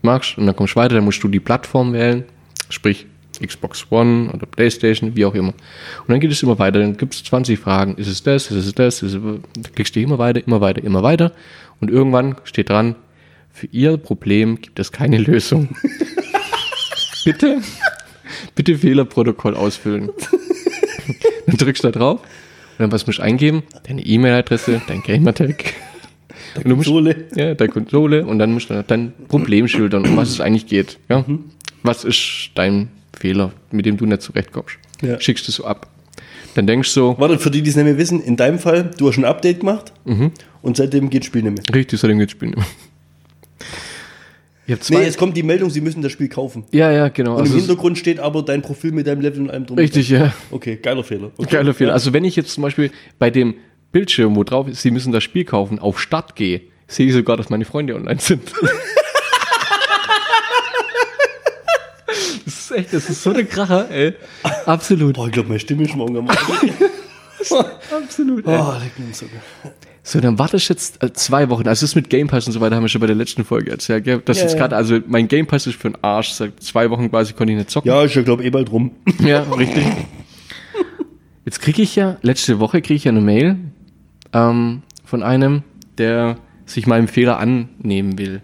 Machst und dann kommst du weiter, dann musst du die Plattform wählen, sprich Xbox One oder Playstation, wie auch immer. Und dann geht es immer weiter, dann gibt es 20 Fragen, ist es das, ist es das, ist es, da klickst du immer weiter, immer weiter, immer weiter und irgendwann steht dran, für Ihr Problem gibt es keine Lösung. Bitte? bitte Fehlerprotokoll ausfüllen. dann drückst du da drauf und dann was musst du eingeben? Deine E-Mail-Adresse, dein Gamertag. Und du musst-
Konsole.
Ja, deine Konsole und dann musst du halt dein Problem schildern, um was es eigentlich geht. Ja?
Mhm.
Was ist dein Fehler, mit dem du nicht zurechtkommst?
Ja.
Schickst du so ab. Dann denkst du so,
Warte, für die, die es nicht mehr wissen, in deinem Fall, du hast ein Update gemacht und seitdem geht das Spiel nicht mehr.
richtig, seitdem geht's spielen. Ich hab zwei.
Nee, jetzt kommt die Meldung, sie müssen das Spiel kaufen.
ja, ja, genau.
Und im
Also, es-
Hintergrund steht aber dein Profil mit deinem Level und allem drum.
richtig, ja.
Okay, geiler Fehler. Okay.
Geiler Fehler. Also wenn ich jetzt zum Beispiel bei dem Bildschirm, wo drauf ist, Sie müssen das Spiel kaufen, auf Start gehe, sehe ich sogar, dass meine Freunde online sind. das ist echt, das ist so eine Kracher, ey. Absolut.
Boah, ich glaube, meine Stimme ist morgen am Abend.
Absolut. Ey.
Boah, leck mir am Socken.
So, dann warte ich jetzt äh, zwei Wochen. Also das ist mit Game Pass und so weiter, haben wir schon bei der letzten Folge erzählt. Gell? Das
Ja,
ist jetzt
ja.
gerade, also mein Game Pass ist für den Arsch. Seit zwei Wochen quasi konnte ich nicht zocken.
Ja, ist ja, glaube ich, eh bald rum.
Ja, richtig. Jetzt kriege ich ja, letzte Woche kriege ich ja eine Mail ähm, von einem, der sich meinem Fehler annehmen will.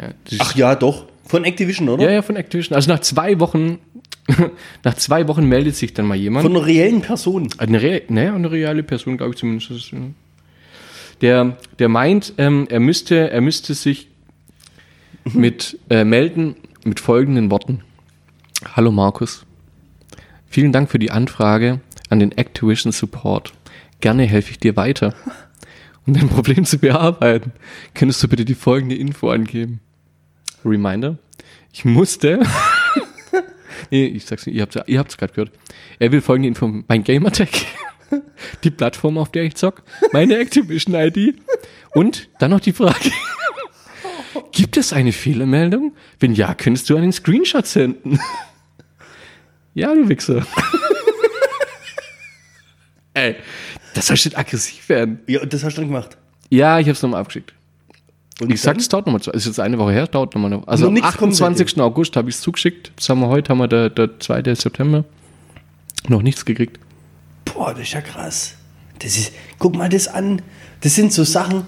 Ja, das-
Ach ja, doch. Von Activision, oder?
ja, ja, von Activision. Also nach zwei Wochen, nach zwei Wochen meldet sich dann mal jemand.
Von einer reellen Person.
eine, Re ne, eine reale Person, glaube ich zumindest. Das ist, ja. der, der meint, ähm, er, müsste, er müsste sich mit äh, melden mit folgenden Worten. Hallo Markus. Vielen Dank für die Anfrage an den Activision Support. Gerne helfe ich dir weiter. Um dein Problem zu bearbeiten, könntest du bitte die folgende Info angeben. Reminder. Ich musste. nee, ich sag's nicht, ihr habt's, ihr habt's gerade gehört. Er will folgende Info. Mein Gamertag. Die Plattform, auf der ich zock. Meine Activision-ID. Und dann noch die Frage. Gibt es eine Fehlermeldung? Wenn ja, könntest du einen Screenshot senden. Ja, du Wichser. Ey, das soll schon aggressiv werden.
Ja, und das hast du dann gemacht.
Ja, ich hab's nochmal abgeschickt.
Und
Ich sag, es dauert nochmal zwei. Ist jetzt eine Woche her, dauert nochmal eine Also
Noch
am
nichts kommt
28. August habe ich es zugeschickt. Das haben wir heute, haben wir der, der 2. September. Noch nichts gekriegt.
Boah, das ist ja krass. Das ist, guck mal das an. Das sind so Sachen.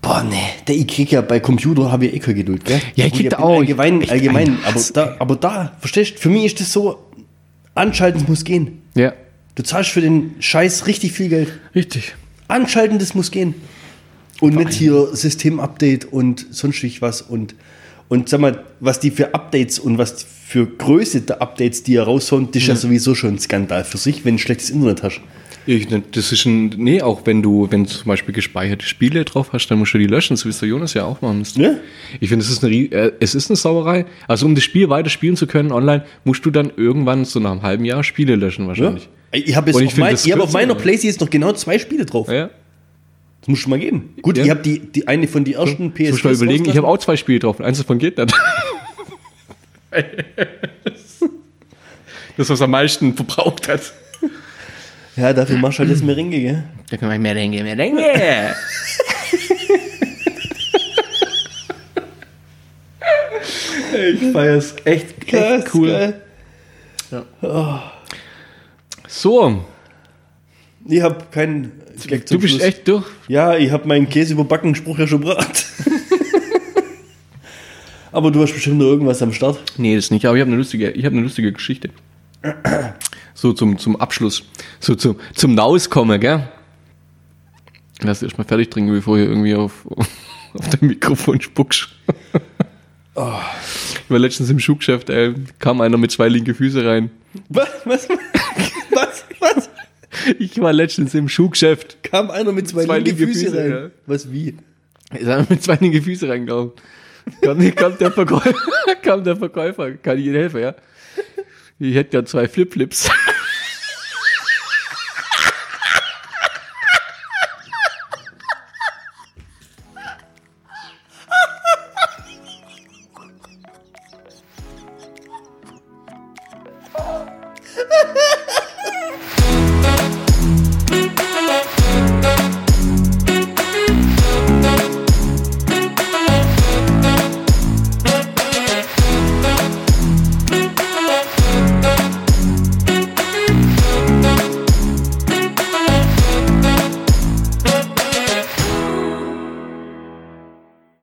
Boah, nee. Der, ich krieg ja bei Computer, habe ich eh keine Geduld, gell?
Ja, ich
Gut,
krieg da
bin
auch-
Allgemein,
echt
allgemein.
einen
Aber
Hass,
da, aber da, verstehst du? Für mich ist das so, anschalten muss gehen.
Ja,
Du zahlst für den Scheiß richtig viel Geld.
richtig.
Anschalten, das muss gehen. Und nicht hier Systemupdate und sonstig was und, und sag mal, was die für Updates und was für Größe der Updates, die ja raushauen, das ist ja
Mhm.
sowieso schon ein Skandal für sich, wenn du schlechtes Internet hast.
Ich, ne, das ist ein, nee, auch wenn du, wenn du zum Beispiel gespeicherte Spiele drauf hast, dann musst du die löschen, so wie es der Jonas ja auch machen müsste.
Ja.
Ich finde, es ist eine, rie- äh, es ist eine Sauerei. Also um das Spiel weiter spielen zu können online, musst du dann irgendwann so nach einem halben Jahr Spiele löschen
Ja?
wahrscheinlich.
Ich habe jetzt
Und ich
auf,
find
mein,
das
ich hab auf
kürzer,
meiner
ja.
Playsee jetzt noch genau zwei Spiele drauf.
ja.
Das muss schon mal geben. Gut,
Ja.
ich habe die, die eine von die ersten PS.
Ich muss mal überlegen, ich habe auch zwei Spiele drauf. Eins davon geht nicht. das, was am meisten verbraucht hat.
Ja, dafür machst du halt jetzt Meringue, gell?
Da kann man Merengue, Merengue.
Ich feier's. Echt,
krass,
echt cool.
geil. So,
Ich habe keinen Gag
du
zum
bist
Schluss.
echt durch.
Ja, ich habe meinen Käse überbacken Spruch ja schon gebracht. Aber du hast bestimmt noch irgendwas am Start.
Nee, das nicht, aber ich habe eine lustige, ich habe eine lustige Geschichte. So zum, zum Abschluss. So zum, zum Nauskommen, gell? Lass erstmal fertig trinken, bevor hier irgendwie auf, auf dem Mikrofon spuckst. Ich war letztens im Schuhgeschäft, ey, kam einer mit zwei linke Füße rein.
Was? Was? Was? Was?
Ich war letztens im Schuhgeschäft.
Kam einer mit zwei,
Zwei
linke
linke
Füße,
Füße,
rein?
ja.
Was wie?
Ist einer mit zwei linke Füße reingehauen. Kam, kam der Verkäufer, kam der Verkäufer, kann ich Ihnen helfen, ja? Ich hätte ja zwei Flip-Flips.